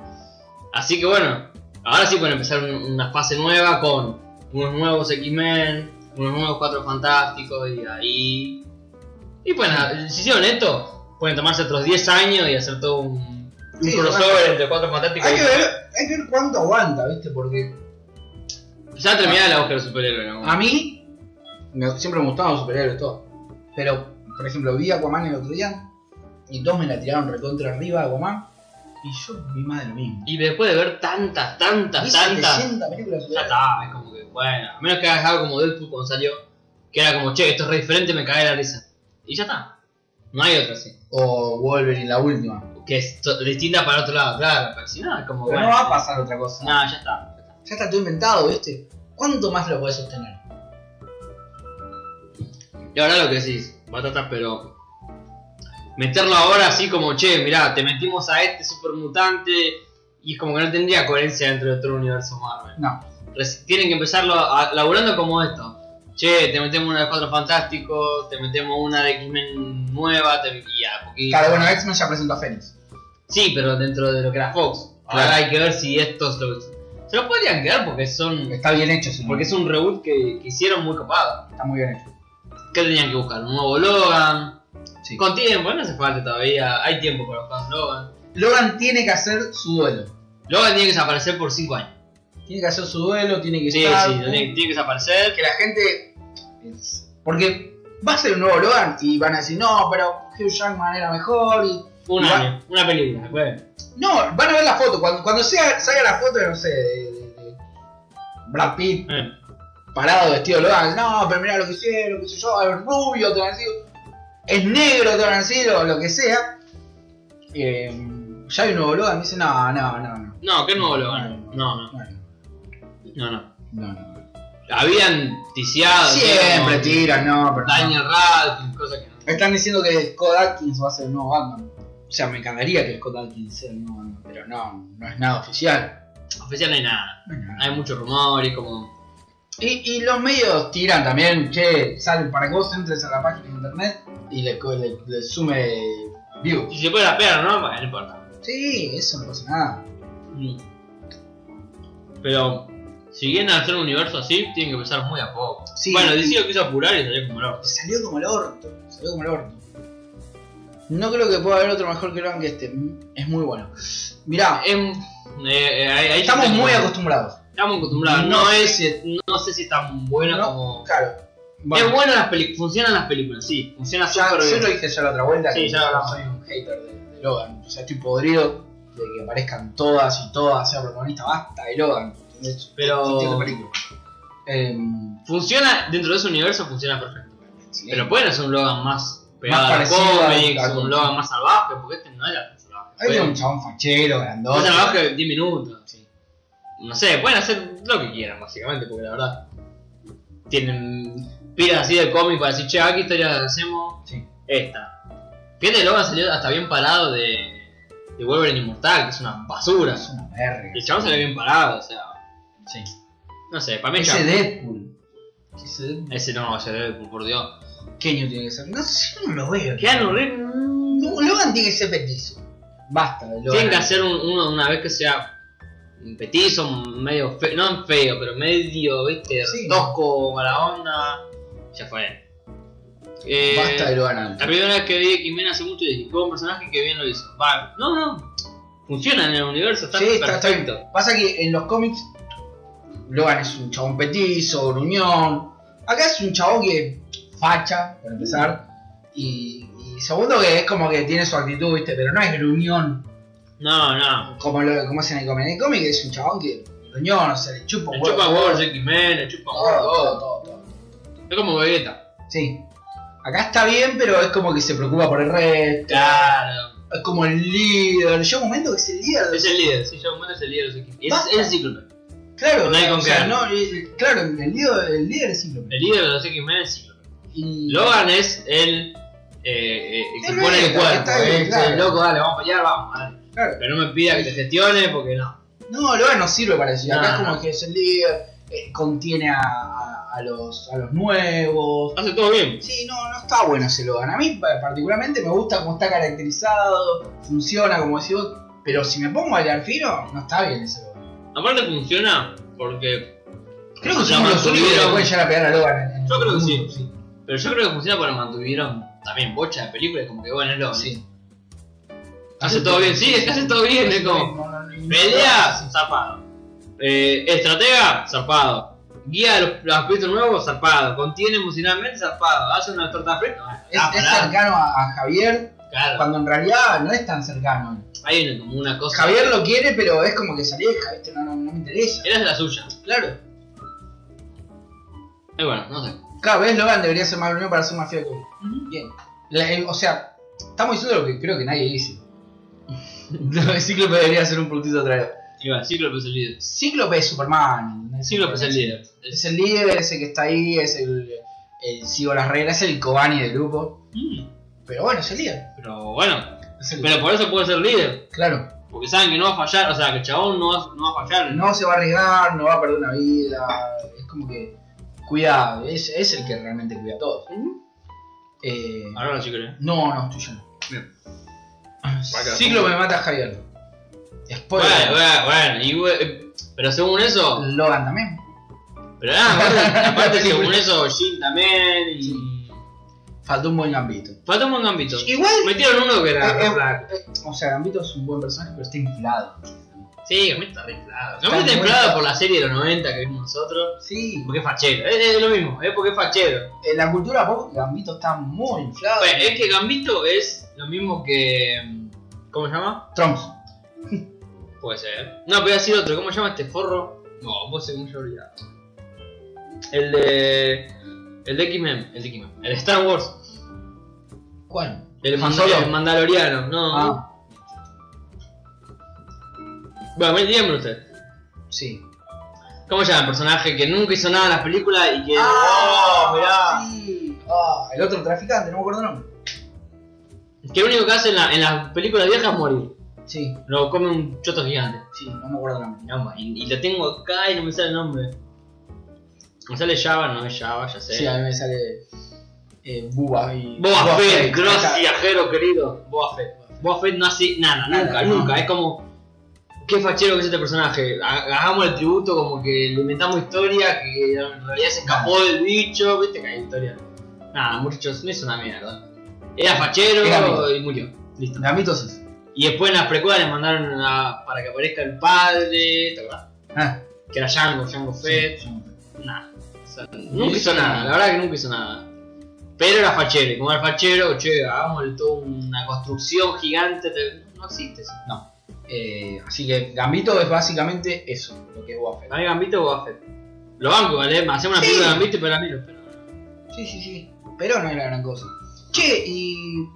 Así que bueno. Ahora sí pueden empezar un- una fase nueva con unos nuevos X-Men, unos nuevos Cuatro Fantásticos y ahí y bueno, si hicieron esto, pueden tomarse otros 10 años y hacer todo un, un Sí, crossover entre cuatro fantásticos. Hay que, ver, hay que ver cuánto aguanta, ¿viste? Porque Ya terminada la búsqueda del superhéroe, ¿no? a mí me- siempre me gustaban los superhéroes y todo. Pero, por ejemplo, vi Aquaman el otro día y todos me la tiraron recontra arriba Aquaman. Y yo mi madre lo mismo. Y después de ver tantas, tantas, Vi tantas. Ah, 700 películas de Ya superhéroes. está, es como que, bueno, a menos que hagas algo como Deadpool cuando salió, que era como, che, esto es re diferente, me cagué la risa. Y ya está. No hay otra así. O Wolverine, la última. Que es to- distinta para otro lado, claro, pero si no, es como, Pero bueno. no va a pasar otra cosa. No, ya está. ya está. Ya está todo inventado, ¿viste? ¿Cuánto más lo podés sostener? Y ahora lo que decís, batatas, pero. Meterlo ahora así como, che, mirá, te metimos a este supermutante. Y es como que no tendría coherencia dentro de otro universo Marvel. No. Reci- tienen que empezarlo a- laburando como esto. Che, te metemos una de Cuatro Fantásticos, te metemos una de X-Men nueva, te, y a poquito. Claro, bueno, X-Men ya presentó a Fénix. Sí, pero dentro de lo que era Fox. Ah. Ahora hay que ver si estos lo- se lo podrían quedar porque son. Está bien hecho, sí. Porque es un reboot que, que hicieron muy copado. está muy bien hecho. ¿Qué tenían que buscar? ¿Un nuevo Logan? Sí. Con tiempo, no hace falta todavía. Hay tiempo para buscar un Logan. Logan tiene que hacer su duelo. Logan tiene que desaparecer por 5 años. Tiene que hacer su duelo, tiene que Sí, estar. sí, tiene, tiene que desaparecer. Que la gente. Porque va a ser un nuevo Logan y van a decir, no, pero Hugh Jackman era mejor. Y... Un Va- año, una película, después. No, van a ver la foto. Cuando, cuando sea, salga la foto, no sé, de, de- de Brad Pitt Eh. parado vestido de Logan. No, pero mirá lo que hicieron, qué sé yo, es rubio, te van a decir, es negro, te van a decir, o lo que sea. Eh, ya hay un nuevo Logan y dice, no, no, no, no. No, ¿qué nuevo Logan? No, no, no, no. no. no, no. Habían ticiado. Siempre digamos, tiran, no, pero no. Daniel Radcliffe, cosas que no. Están diciendo que Scott Atkins va a ser el nuevo Batman. O sea, me encantaría que Scott Atkins sea el nuevo Batman, pero no, no es nada oficial. Oficial no hay nada. No es nada. Hay mucho rumor y como. Y, y los medios tiran también, che, salen para que vos entres a la página de internet y le, co- le- le sume views. Si se puede la pera, ¿no? Bueno, no importa. Sí, eso no pasa nada. Mm. Pero. Si quieren hacer un universo así, tienen que empezar muy a poco. Sí. bueno, decido quiso apurar y salió como el orto. Salió como el orto, salió como el orto. No creo que pueda haber otro mejor que Logan que este. Mm, Es muy bueno. Mirá, Em, eh, eh, ahí- ahí yo estamos tengo- muy acostumbrados. Estamos acostumbrados. No, es, eh, no sé si es tan bueno No. como. Claro. Es Bueno, bueno las películas. Funcionan las películas, sí. Funciona ya- súper yo bien. lo dije ya la otra vuelta. Sí, que ya hablamos. soy un hater de, de Logan. O sea, estoy podrido de que aparezcan todas y todas, sea protagonista, basta de Logan. ¿entendés? Este Pero. película. Em, Funciona, dentro de ese universo funciona perfecto. Pero pueden hacer un Logan más pegado Más al parecido cómics, al- al- un Logan más salvaje, porque este no era tan salvaje. Ahí Fue era un chabón fachero, más grandote. salvaje de 10 minutos. No sé, pueden hacer lo que quieran, básicamente, porque la verdad. Tienen pilas así de cómic para decir, che, aquí historia hacemos Sí. esta. Fíjate, Logan salió hasta bien parado de, de Wolverine Inmortal, que es una basura. Es una verga. El chabón salió bien parado, o sea. Sí. No sé, para mí Ese Pues ya- Deadpool. Ese Deadpool. Ese no, ese Deadpool, por Dios. ¿Qué año tiene que ser? No sé, yo no lo veo. Keanu Reeves. No, Logan tiene que ser petizo. Basta de Logan. Tienen que hacer un- uno una vez que sea un petizo, un medio feo, no feo, pero medio, viste, Sí. tosco, mala onda. Ya fue. Eh, Basta de Logan. La primera vez que vi X-Men hace mucho dije, fue un personaje que bien lo hizo. Va, no, no. funciona en el universo, está Sí, está- está perfecto. Pasa que en los cómics Logan es un chabón petizo, gruñón. Acá es un chabón que facha, para empezar. Y, y segundo que es como que tiene su actitud, ¿viste? Pero no es gruñón No, no. como, lo, como es en el cómic. En el cómic es un chabón que gruñón, o sea, le chupa Le un chupa huevo. huevo a X-Men, le chupa Todo, huevo. todo, todo, todo. Es como Vegeta. Sí. Acá está bien, pero es como que se preocupa por el resto. Claro. Es como el líder. Llega un momento que es el líder. Es el líder, sí, John Moon es el líder de su equipo. Y es, Basta. es el Cíclope. Claro, No hay con o sea, qué. no, eh, claro, el líder, el líder es Cíclope. El líder de los X-Men es Cíclope. Y Logan es el. Eh, eh, el que El pone el Vegeta, cuerpo. está bien, es claro. el loco, dale, vamos para allá, vamos. dale. Claro. Pero no me pida que te gestione porque no. No, Logan no sirve para eso. Y Acá No, es como no. que es el líder, eh, contiene a, a- a los, a los nuevos. Hace todo bien. Sí, no, no está bueno ese Logan. A mí pa- particularmente me gusta cómo está caracterizado, funciona como decís vos. Pero si me pongo a bailar fino, no está bien ese Logan. Aparte funciona porque. Creo que lo somos los únicos que le mantuvieron. pueden llegar a pegar a Logan. en- en Yo el creo que sí. mundo, Pero yo creo que funciona porque mantuvieron también bocha de películas, como que bueno, es Logan. Sí. Hace todo bien, sí, es que hace todo bien, es como. Pelea, zarpado. Eh, estratega, zarpado. Guía de los, los aspectos nuevos, zarpado. Contiene emocionalmente, zarpado. Hace una torta frita. ah, Es, ah, es pará, cercano a, a Javier, claro. cuando en realidad no es tan cercano. Hay una- como una cosa. Javier lo quiere, pero es como que se aleja, ¿viste? No, no, no me interesa. Era la suya. Claro. Eh, bueno, no sé. Cada vez Logan debería ser más gruñón para ser más fiel que Bien. La- eh, o sea, estamos diciendo lo que creo que *laughs* nadie dice. Lo de Cíclope debería ser un puntito atrás. Iba, Cíclope es el líder. Cíclope es Superman. ¿no? Cíclope es el líder. Es el líder, es el que está ahí, es el, el sigo las reglas, es el Kobani del grupo. Mm, Pero bueno, es el líder. Pero bueno, Es el- pero por eso puede ser líder. claro. Porque saben que no va a fallar, o sea, que el chabón no va, no va a fallar. No se va a arriesgar, no va a perder una vida. Es como que cuida, es, es el que realmente cuida a todos. Eh, Ahora no, Cíclope. no, no, estoy Ah, yo no. Bien. Cíclope mata a Javier. Spoiler. Bueno, bueno, bueno. y we- pero según eso, Logan también. Pero nada, aparte, *laughs* aparte según eso, Jin también y. Faltó un buen Gambito. Faltó un buen gambito. Igual, Metieron uno que eh, era eh, flaco. o sea, Gambito es un buen personaje, pero está inflado. Sí, Gambito está re inflado. muy Gambito está inflado inflado. por la serie de los 90 que vimos nosotros. Sí, Porque es fachero. Es, es lo mismo, es porque es fachero. en la cultura pop Gambito está muy inflado. Bueno, es que Gambito es lo mismo que. ¿Cómo se llama? Trunks. Puede ser. No, voy a decir otro. ¿Cómo se llama este forro? No, vos según yo olvidado. El de. El de X-Men. El de X-Men. El de Star Wars. ¿Cuál? El, Han mand- Solo. el Mandaloriano. No. Ah, Bueno, dígame usted. sí. ¿Cómo se llama el personaje que nunca hizo nada en las películas y que. Ah, ¡Oh, mirá! Sí. Ah, el otro traficante, no me acuerdo el nombre. Que lo único que hace en, la- en las películas viejas es morir. Sí, Lo come un choto gigante. sí, no me acuerdo el nombre. No, ma, y, y lo tengo acá y no me sale el nombre. Me sale Java, no es Java, ya sé. Sí, a mí me sale eh, Bubba y. Boba, Fett, gran gracias. viajero querido. Boba Fett. Boba Fett no hace nada, Nada, nunca, no. nunca. Es como. Qué fachero que es este personaje. Ha- Hagamos el tributo, como que le inventamos historia, que en realidad se escapó del bicho, viste que hay historia. Nada, muchachos, no hizo una mierda. Era fachero Era amigo. y murió. Listo. Gambito es ese. Y después en las precuelas le mandaron a- para que aparezca el padre, ¿te acordás? Ah, Que era Django, Django Fett. sí, sí. Nada. O sea, nunca hizo nada, la verdad que nunca hizo nada. Pero era fachero, y como era fachero, che, hagámosle toda una construcción gigante, te- no existe eso. No. Eh, así que Gambito es básicamente eso, lo que es Bubba Fett. ¿No hay Gambito o Boba Fett? Lo banco, ¿vale? Hacemos una Sí. película de Gambito y para mí lo pero... Sí, sí, sí. Pero no era gran cosa. Che, y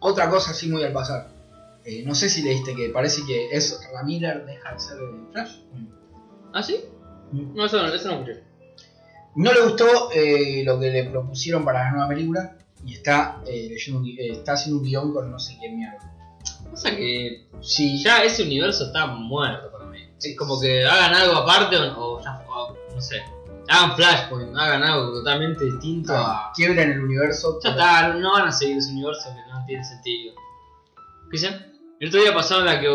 otra cosa así muy al pasar. Eh, no sé si leíste que parece que es Ramiller deja de ser el Flash. ¿Ah, sí? No, eso no, eso no escuché. No le gustó eh, lo que le propusieron para la nueva película y está, eh, leyendo un gui- eh, está haciendo un guión con no sé qué mierda. Pasa que Sí, ya ese universo está muerto para mí. Sí. Es como que hagan algo aparte o, o ya, o no sé. Hagan Flashpoint, hagan algo totalmente distinto a... Ah, quiebra quiebran el universo. Ya está, no van a seguir ese universo que no tiene sentido. ¿Qué dicen? El otro día pasaron la que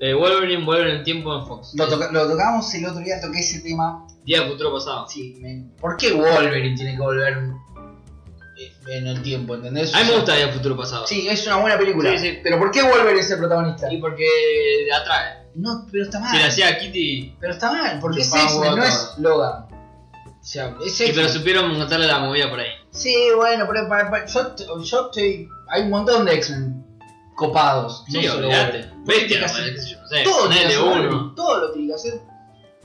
eh, Wolverine vuelve en el tiempo en Fox. Lo, toca- lo tocamos el otro día, toqué ese tema. Día de futuro pasado. Sí, me- ¿Por qué Wolverine tiene que volver? eh, en el tiempo, ¿entendés? A mí me O sea, gusta el futuro pasado. Sí, es una buena película. Sí, sí. Pero ¿por qué Wolverine es el protagonista? Y porque atrae. No, pero está mal. Si le hacía a Kitty. Pero está mal, porque es Chupaba X-Men, no huevo es Logan. O sea, es Y pero X-Men. supieron montarle la movida por ahí. Sí, bueno, pero para- para- yo, yo estoy. Hay un montón de X-Men copados. Sí, solo olvidate. Wolverine. Bestia, Porque casi- bueno, qué sé yo, no sé. Todo tiene Ponele que hacer uno. Wolverine, todo lo tiene que hacer.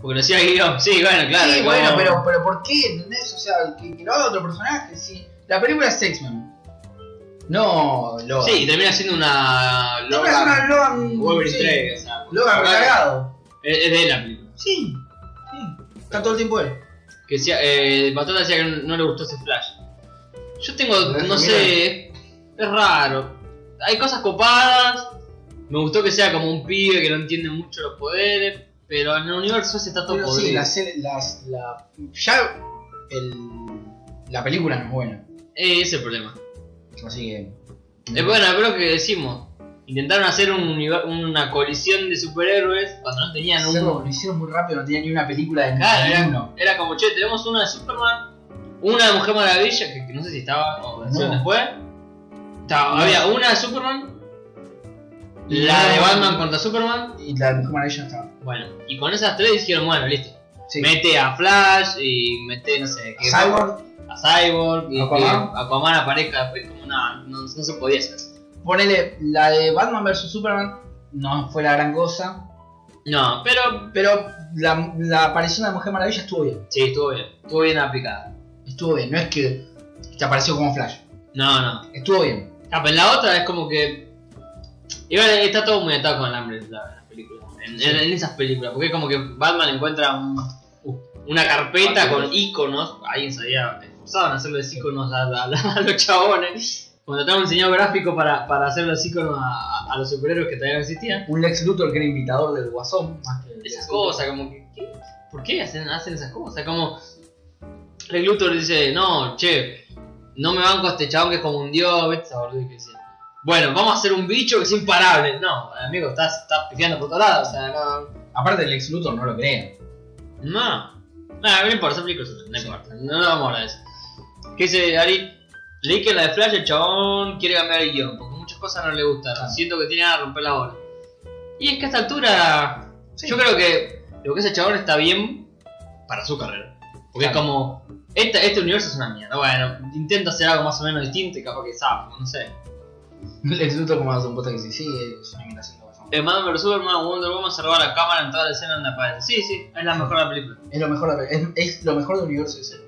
Porque lo hacía Guido. Sí, bueno, claro. sí, como- bueno, pero, pero ¿por qué? ¿Entendés? O sea, que, que lo haga otro personaje, sí. La película es X-Men. No, Logan. Sí, y termina siendo una. No, pero es una Logan. Wolverine sí, 3, o sea, Logan recargado. Es es de él la película. Sí. sí. Está todo el tiempo él. Que decía, eh, Batata decía que no, no le gustó ese flash. Yo tengo, Pero no es sé, es raro. Hay cosas copadas. Me gustó que sea como un pibe que no entiende mucho los poderes. Pero en el universo ese está todo Pero sí, podrido. las, las, la, ya el, la película no es buena. Eh, ese es el problema. Así que. Mm. Es bueno, pero lo que decimos. Intentaron hacer un univer- una colisión de superhéroes cuando no tenían Hacerlo, un. Lo hicieron muy rápido, no tenía ni una película de Claro, ninguno. era, era como, che, tenemos una de Superman, una de Mujer Maravilla, que, que no sé si estaba o la hicieron No. después. Estaba- Había una de Superman, la de Batman contra Superman. Y la de Mujer Maravilla estaba. Bueno, y con esas tres dijeron, bueno, listo. Sí. Mete a Flash y mete, no sé, qué- Cyborg, a Cyborg y Aquaman. que Aquaman aparezca después, como nada, no, no se podía hacer. ponele, la de Batman vs Superman no fue la gran cosa, No, pero pero la, la aparición de la Mujer Maravilla estuvo bien. sí, estuvo bien, estuvo bien aplicada. Estuvo bien, no es que te apareció como Flash. No, no. Estuvo bien. Ah, pero en la otra es como que. Igual está todo muy atado con el hambre en la, en la película. En, en- en esas películas, porque es como que Batman encuentra un- uh, una carpeta con iconos. Alguien se había esforzado en hacer los iconos a, a- a los chabones. Contrataron un diseñador gráfico para, para hacer los iconos a, a los superhéroes que todavía no existían. Un Lex Luthor que era invitador del Guasón, más que Esas Lex Luthor. cosas, como que. ¿qué? ¿Por qué hacen, hacen esas cosas? Como. El Luthor dice: No, che, no me banco a este chabón que es como un dios, ¿viste? Esa boludez que decía. Bueno, vamos a hacer un bicho que es imparable. No, amigo, estás, estás pifiando por todos lados, o sea, no. Aparte, Lex Luthor no lo creen. No. Ah, No, no importa, son películas, no importa. No, no vamos a hablar de eso. ¿Qué dice Ari? Leí que en la de Flash el chabón quiere cambiar el guión, porque muchas cosas no le gustan. Ah. Siento que tiene a romper la bola. Y es que a esta altura yo creo que lo que ese chabón está bien para su carrera. Porque es como, esta- este universo es una mierda. Bueno, intenta hacer algo más o menos distinto y capaz que sabe, no sé. *laughs* Lex Luthor como un puta que sí, sí, es una imitación de Guasón. El Batman Eh, vs Superman, Wonder Woman se roba la cámara en toda la escena donde aparece. Sí, sí, es la mejor de la película. Es lo mejor, de- es, es lo mejor del universo ese.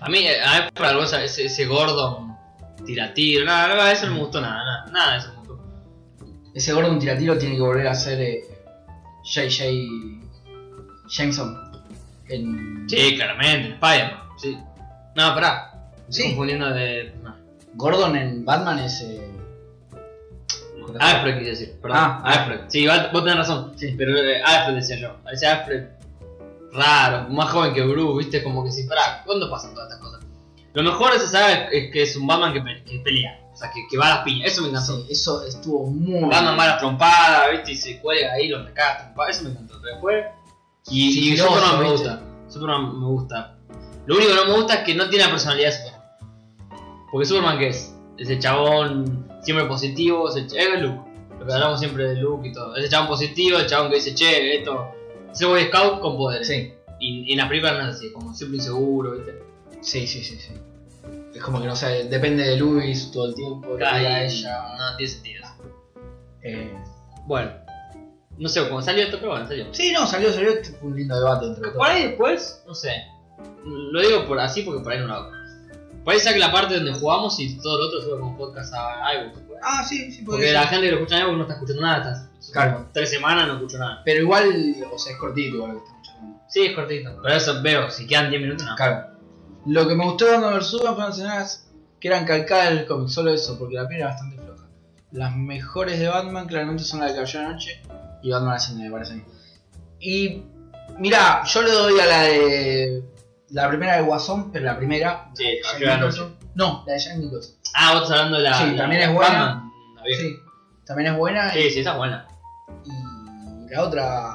A mí, eh, a mí por algo esa- ese, ese Gordon tira tiro, nada, nada, eso no me gustó nada, nada, nada de eso me gustó. Ese Gordon Tiratiro tiene que volver a ser eh, JJ Jameson. En... Sí, claramente, Spider-Man, sí. No, pará. me estoy Sí. Confundiendo de. no. Gordon en Batman es. eh, Alfred quise decir, perdón. Ah, Alfred. Sí, va- vos tenés razón. Sí. Pero eh, Alfred decía yo. Ese Alfred raro, más joven que Bruce, viste, como que sí, pará, ¿cuándo pasan todas estas cosas? Lo mejor de esa saga es, es que es un Batman que, pe- que pelea, o sea, que, que va a las piñas, eso me encantó. sí, eso estuvo muy. Batman va a las trompadas, viste, y se cuelga ahí, lo recaga a trompadas, eso me encantó. Pero después, y, y Sigiloso, Superman me ¿viste? gusta, Superman me gusta. Lo único que no me gusta es que no tiene la personalidad de Superman. Porque Superman, ¿qué es? Es el chabón siempre positivo, es el, ch- es Luke. Lo que hablamos siempre de Luke y todo. Es el chabón positivo, el chabón que dice, che, esto... Es el Boy Scout con poder. Sí, Y, y en las películas no es así, como siempre inseguro, ¿viste? sí, sí, sí. sí. Es como que no sé, depende de Luis todo el tiempo, de Cae a y- ella. No, tiene sentido. eh, Bueno. No sé cómo salió esto, pero bueno, salió. Sí, no, salió, salió. este Fue un lindo debate entre Por todos. ahí después, no sé. Lo digo por así porque por ahí no lo hago. Por ahí saque la parte donde jugamos y todo lo otro sube como podcast a iBooks. Ah, sí, sí, Porque la gente que lo escucha en iBooks no está escuchando nada. Está, Claro. Tres semanas no escucho nada. Pero igual, o sea, es cortito igual lo que estamos charlando. Sí, es cortito. Pero eso veo, si quedan 10 minutos, no. Claro. Lo que me gustó de Batman vs Superman fueron escenas que eran calcadas del cómic, solo eso, porque la piel era bastante floja. Las mejores de Batman claramente son la de Caballero de la Noche y Batman Ascende, me parece a mí. Y mirá, yo le doy a la de la primera de Guasón, pero la primera... Sí, de Caballero de la Jack Nicholson. No, la de Jack Nicholson. Ah, vos estás hablando de la. Sí, la- también es buena. Batman, la vieja. Sí, también es buena. Sí, sí, esa es buena. Y la otra...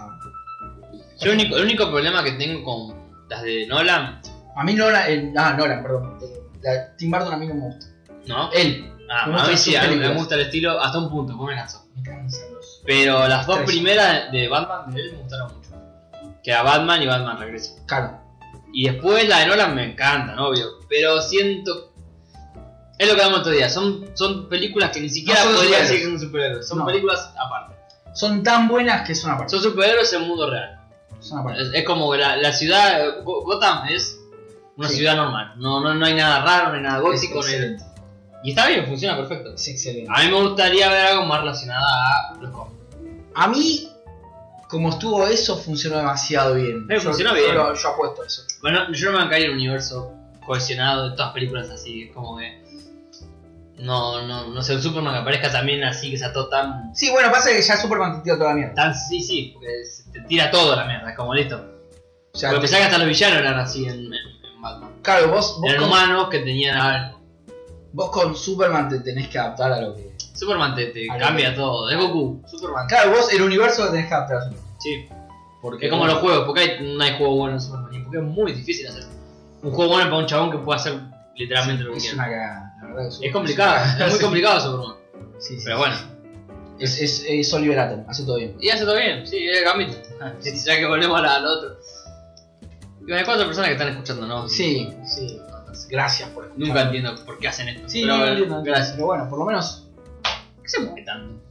Yo el único, el único problema que tengo con las de Nolan A mí Nolan, eh, ah, Nolan, perdón. eh, La- Tim Burton a mí no me gusta. ¿No? Él. Ah, a mí Me gustan sí, sus a mí me películas. gusta el estilo hasta un punto, pues me lanzó. Me cansan los. Pero las dos Tres. primeras de Batman de él me gustaron mucho. Que era Batman y Batman regresa. Claro. Y después la de Nolan me encantan, obvio. Pero siento. Es lo que hablamos otro día. Son, son películas que ni siquiera No son podría superhéroes. decir que son superhéroes. Son No. películas aparte. Son tan buenas que son aparte. Son superhéroes en mundo real. Son aparte. Es, es como la, la ciudad. eh, Go- Gotham es una Sí. ciudad normal. No, no, no hay nada raro, no hay nada gótico. es no hay- excelente. Y está bien, funciona perfecto. Es excelente. A mí me gustaría ver algo más relacionado a los cómics. A mí, como estuvo eso, funcionó demasiado bien. Eh, Yo- funcionó yo bien. lo- yo apuesto a eso. Bueno, yo no me bancaría el universo cohesionado de todas películas así, es como que. No, no, no sé, un Superman que aparezca también así, que sea todo tan. Sí, bueno, pasa que ya Superman te tira toda la mierda. tan sí, sí, porque se te tira todo a la mierda, es como listo. O sea, Porque pensaba que hasta los villanos eran así en, en- en Batman. claro, vos, vos, Eran con, humanos que tenían algo. vos con Superman te tenés que adaptar a lo que. Superman te, te A lo cambia todo, es Goku, Superman. Claro, vos el universo lo tenés que adaptar a Superman. Sí, Porque es como bueno, los juegos, porque hay- no hay juego bueno en Superman, y porque es muy difícil hacer un juego bueno para un chabón que pueda hacer literalmente lo que Es quiera. una cagada, la verdad. que Es Superman *laughs* complicado, es muy Sí. complicado Superman, Sí, sí. pero bueno. Es, es, es Oliver Atom, hace todo bien. Y hace todo bien, sí, es Gambito. Ah. *laughs* ya que volvemos al- al otro. Y bueno, hay cuatro personas que están escuchando, ¿no? Sí, sí. Gracias por escuchar. Nunca entiendo por qué hacen esto. Sí, pero, no bueno, entiendo, no entiendo, Gracias. Pero bueno, por lo menos. ¿Por qué se mueve tanto?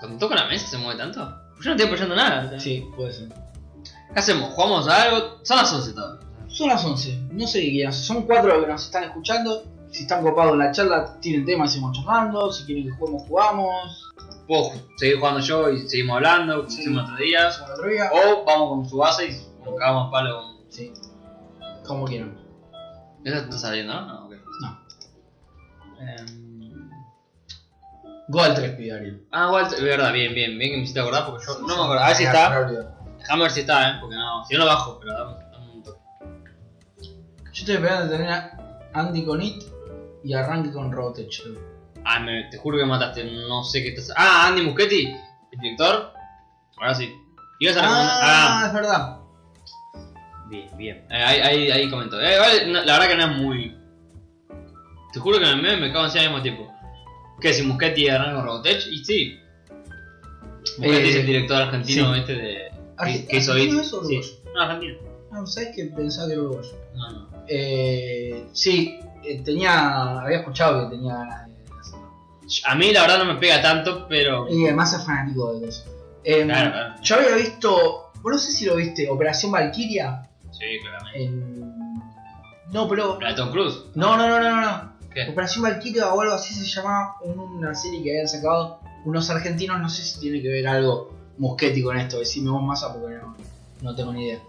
Cuando toco la mesa se mueve tanto. Yo no estoy apoyando nada. o sea. Sí, puede ser. ¿Qué hacemos? ¿Jugamos a algo? Son las 11 todavía. Son las 11, no sé qué quieren hacer. Son cuatro los que nos están escuchando. Si están copados en la charla, tienen temas, seguimos charlando. Si quieren que juguemos, jugamos. Puedo ju- seguir jugando yo y seguimos hablando, Sí. hacemos otro día. Hacemos el otro día. O vamos con su base y nos cagamos a palo con. Sí. Como quieran. ¿Eso está saliendo, no? No, ok. Em, Go al 3, pide Ariel. Ah, Walter, es verdad, bien, bien, bien que me hiciste acordar porque yo no me acuerdo. A ver si está. Déjame ver si está, ¿eh? Porque no, si no lo bajo, pero dame, dame un toque. Yo estoy esperando de tener a Andy con It y arranque con Robotech. Ah, me, te juro que me mataste, no sé qué estás. Ah, Andy Muschetti, el director. Ahora sí. Ibas a recomendar. Ah, Ah, es verdad. bien, bien. Eh, ahí, ahí, ahí comentó. Eh, vale, no, la verdad que no es muy. Te juro que en el meme me cago en sí al mismo tiempo. ¿Qué? Si Muschetti arranca con Robotech, y sí. Muschetti Eh, es el director argentino sí. este de. Arge- ¿Qué hizo ¿Argentino It? es o Sí. uruguayo? No, argentino. Ah, no sabes que pensaba que era uruguayo. No, no. Eh, sí, eh, tenía. Había escuchado que tenía ganas de hacerlo. A mí la verdad no me pega tanto, pero. Y además es fanático de eso. Em, Claro, claro. Yo había visto, vos no sé si lo viste, Operación Valkyria Sí, claramente. en... No, pero... La de Tom Cruise. No, no, no, no, no, no. ¿Qué? Operación Valkyria o algo así se llamaba en una serie que habían sacado unos argentinos, no sé si tiene que ver algo Muschetti con esto, decime vos más porque no, no tengo ni idea.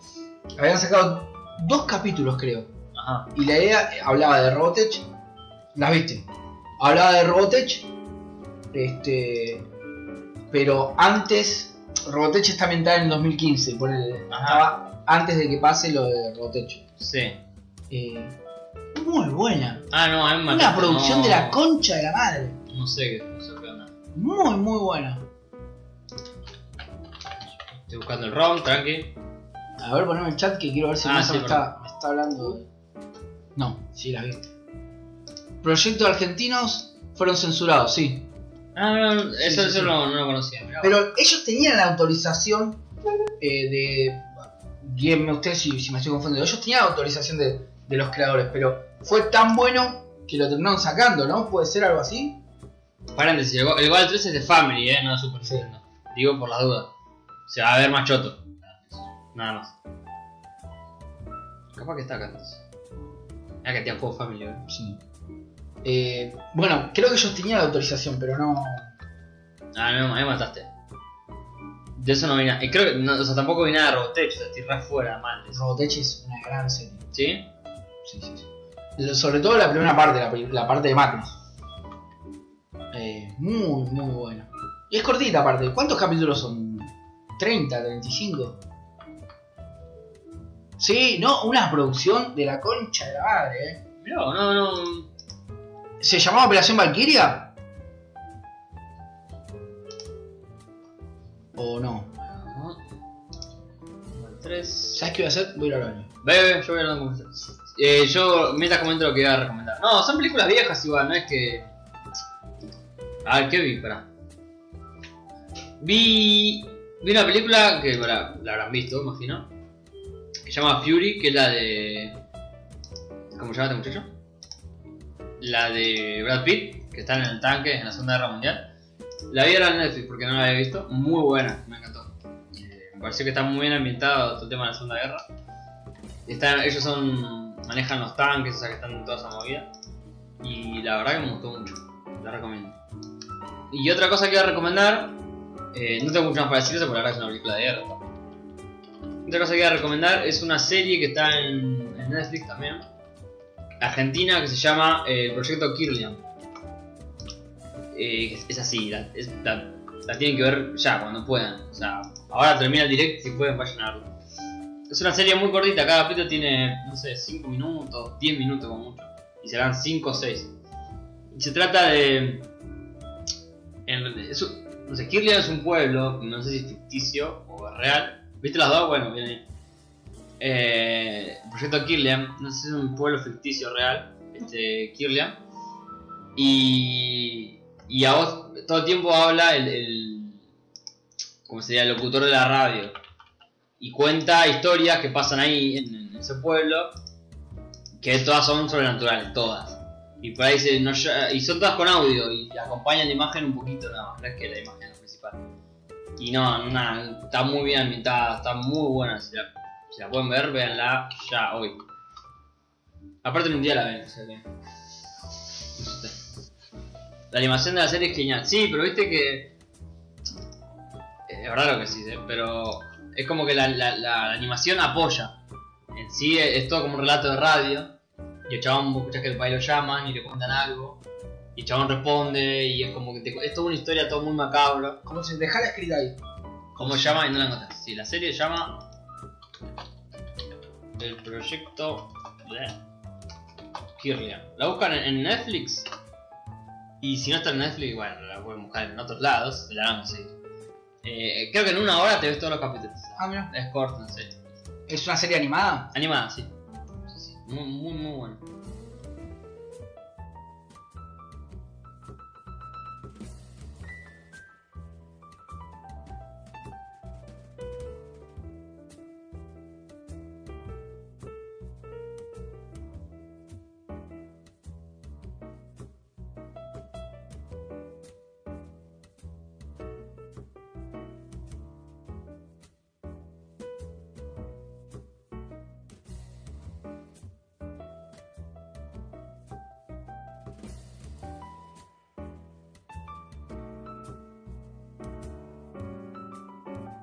Habían sacado dos capítulos creo, Ajá. y la idea eh, hablaba de Robotech, las viste, hablaba de Robotech, este, pero antes, Robotech está ambientada en el 2015, ponele, estaba antes de que pase lo de Robotech. Sí. Eh, muy buena, Ah, no, a mí me una mató. producción de la No, concha de la madre, No sé qué, no sé qué onda. muy muy buena. Estoy buscando el ROM, tranqui. A ver, poneme el chat que quiero ver si Ah, Massa sí, me, está, me está hablando de... No, sí, las viste. Proyectos argentinos fueron censurados, sí. Ah, no, no, eso, eso sí, sí. No, no lo conocía. mirá. Pero ellos tenían la autorización eh, de. Díganme ustedes si, si me estoy confundiendo. Ellos tenían la autorización de, de los creadores, pero fue tan bueno que lo terminaron sacando, ¿no? ¿Puede ser algo así? Paréntesis, el Go- el Goal 3 es de Family, eh, no de Super Nintendo. Digo por las dudas. Se va a ver más choto. Nada más. Capaz que está acá entonces. Ah, que tiene juego Family, eh. Sí. Eh, bueno, creo que ellos tenían la autorización, pero no. Ah, no, a mí me mataste. De eso no vi nada. Y creo que, no, o sea, tampoco vi nada de Robotech, o sea, estoy re fuera mal. de eso. Robotech es una gran serie. ¿Sí? Sí, sí, sí. Lo- Sobre todo la primera parte, la, pri- la parte de Magnus. Eh, muy, muy buena. Y es cortita aparte. ¿Cuántos capítulos son? ¿30, 35? Sí, no, una producción de la concha de la madre, eh. Mirá, no, no. ¿Se llamaba Operación Valkyria? ¿O no? Ajá. tres. ¿Sabes qué voy a hacer? Voy a ir al baño. Bebe, yo voy hablando con ustedes. Eh, yo, mientras comento lo que iba a recomendar. No, son películas viejas igual, no es que. A ver, ¿qué vi? Pará. Vi. Vi una película que, pará, la habrán visto, imagino. Que se llama Fury, que es la de. ¿Cómo se llama este muchacho? La de Brad Pitt, que está en el tanque en la Segunda Guerra Mundial. La vi ahora en Netflix porque no la había visto. Muy buena, me encantó. Eh, me pareció que está muy bien ambientado todo el tema de la Segunda Guerra. Están- ellos son manejan los tanques, o sea que están en toda esa movida. Y la verdad que me gustó mucho, la recomiendo. Y otra cosa que voy a recomendar, eh, no tengo mucho más para decir eso porque la verdad es una película de guerra. tampoco. Otra cosa que voy a recomendar es una serie que está en, en Netflix también, argentina, que se llama eh, El Proyecto Kirlian. Eh, es, es así, la, es- la- la tienen que ver ya, cuando puedan. O sea, ahora termina el direct, si pueden vayan a verlo. Es una serie muy cortita, cada capítulo tiene, no sé, 5 minutos, 10 minutos como mucho. Y serán 5 o 6. Y se trata de. en- es un- no sé, Kirlian es un pueblo, no sé si es ficticio o es real. ¿Viste las dos? Bueno, viene ahí. Eh, proyecto Kirlian, no sé si es un pueblo ficticio o real, este Kirlian. Y. Y a vos todo el tiempo habla el. el ¿Cómo sería? El locutor de la radio y cuenta historias que pasan ahí en, en ese pueblo, que todas son sobrenaturales, todas. Y por ahí se, no lla- y son todas con audio y acompañan la imagen un poquito nada más, no es que la imagen es lo principal. Y no, nada, está muy bien ambientada, está muy buena, si la, si la pueden ver, véanla ya hoy. Aparte en un día la ven, o sea que- La animación de la serie es genial. Sí, pero viste que. eh, Es raro que sí, ¿eh? pero es como que la, la- la animación apoya. En sí es, es todo como un relato de radio. Y el chabón vos escuchás que el país lo llaman y le cuentan algo. Y el chabón responde y es como que te- es toda una historia todo muy macabra. Como si dejara escrita ahí. ¿Cómo se llama? Y no la encontrás. Sí, la serie se llama. El proyecto de Kirlian. La buscan en, en Netflix. Y si no está en Netflix, bueno, la pueden buscar en otros lados. La van a conseguir. Eh, creo que en una hora te ves todos los capítulos. Ah, mira. Es corto, en serio. ¿Es una serie animada? Animada, sí. Sí, sí. Muy, muy, muy bueno.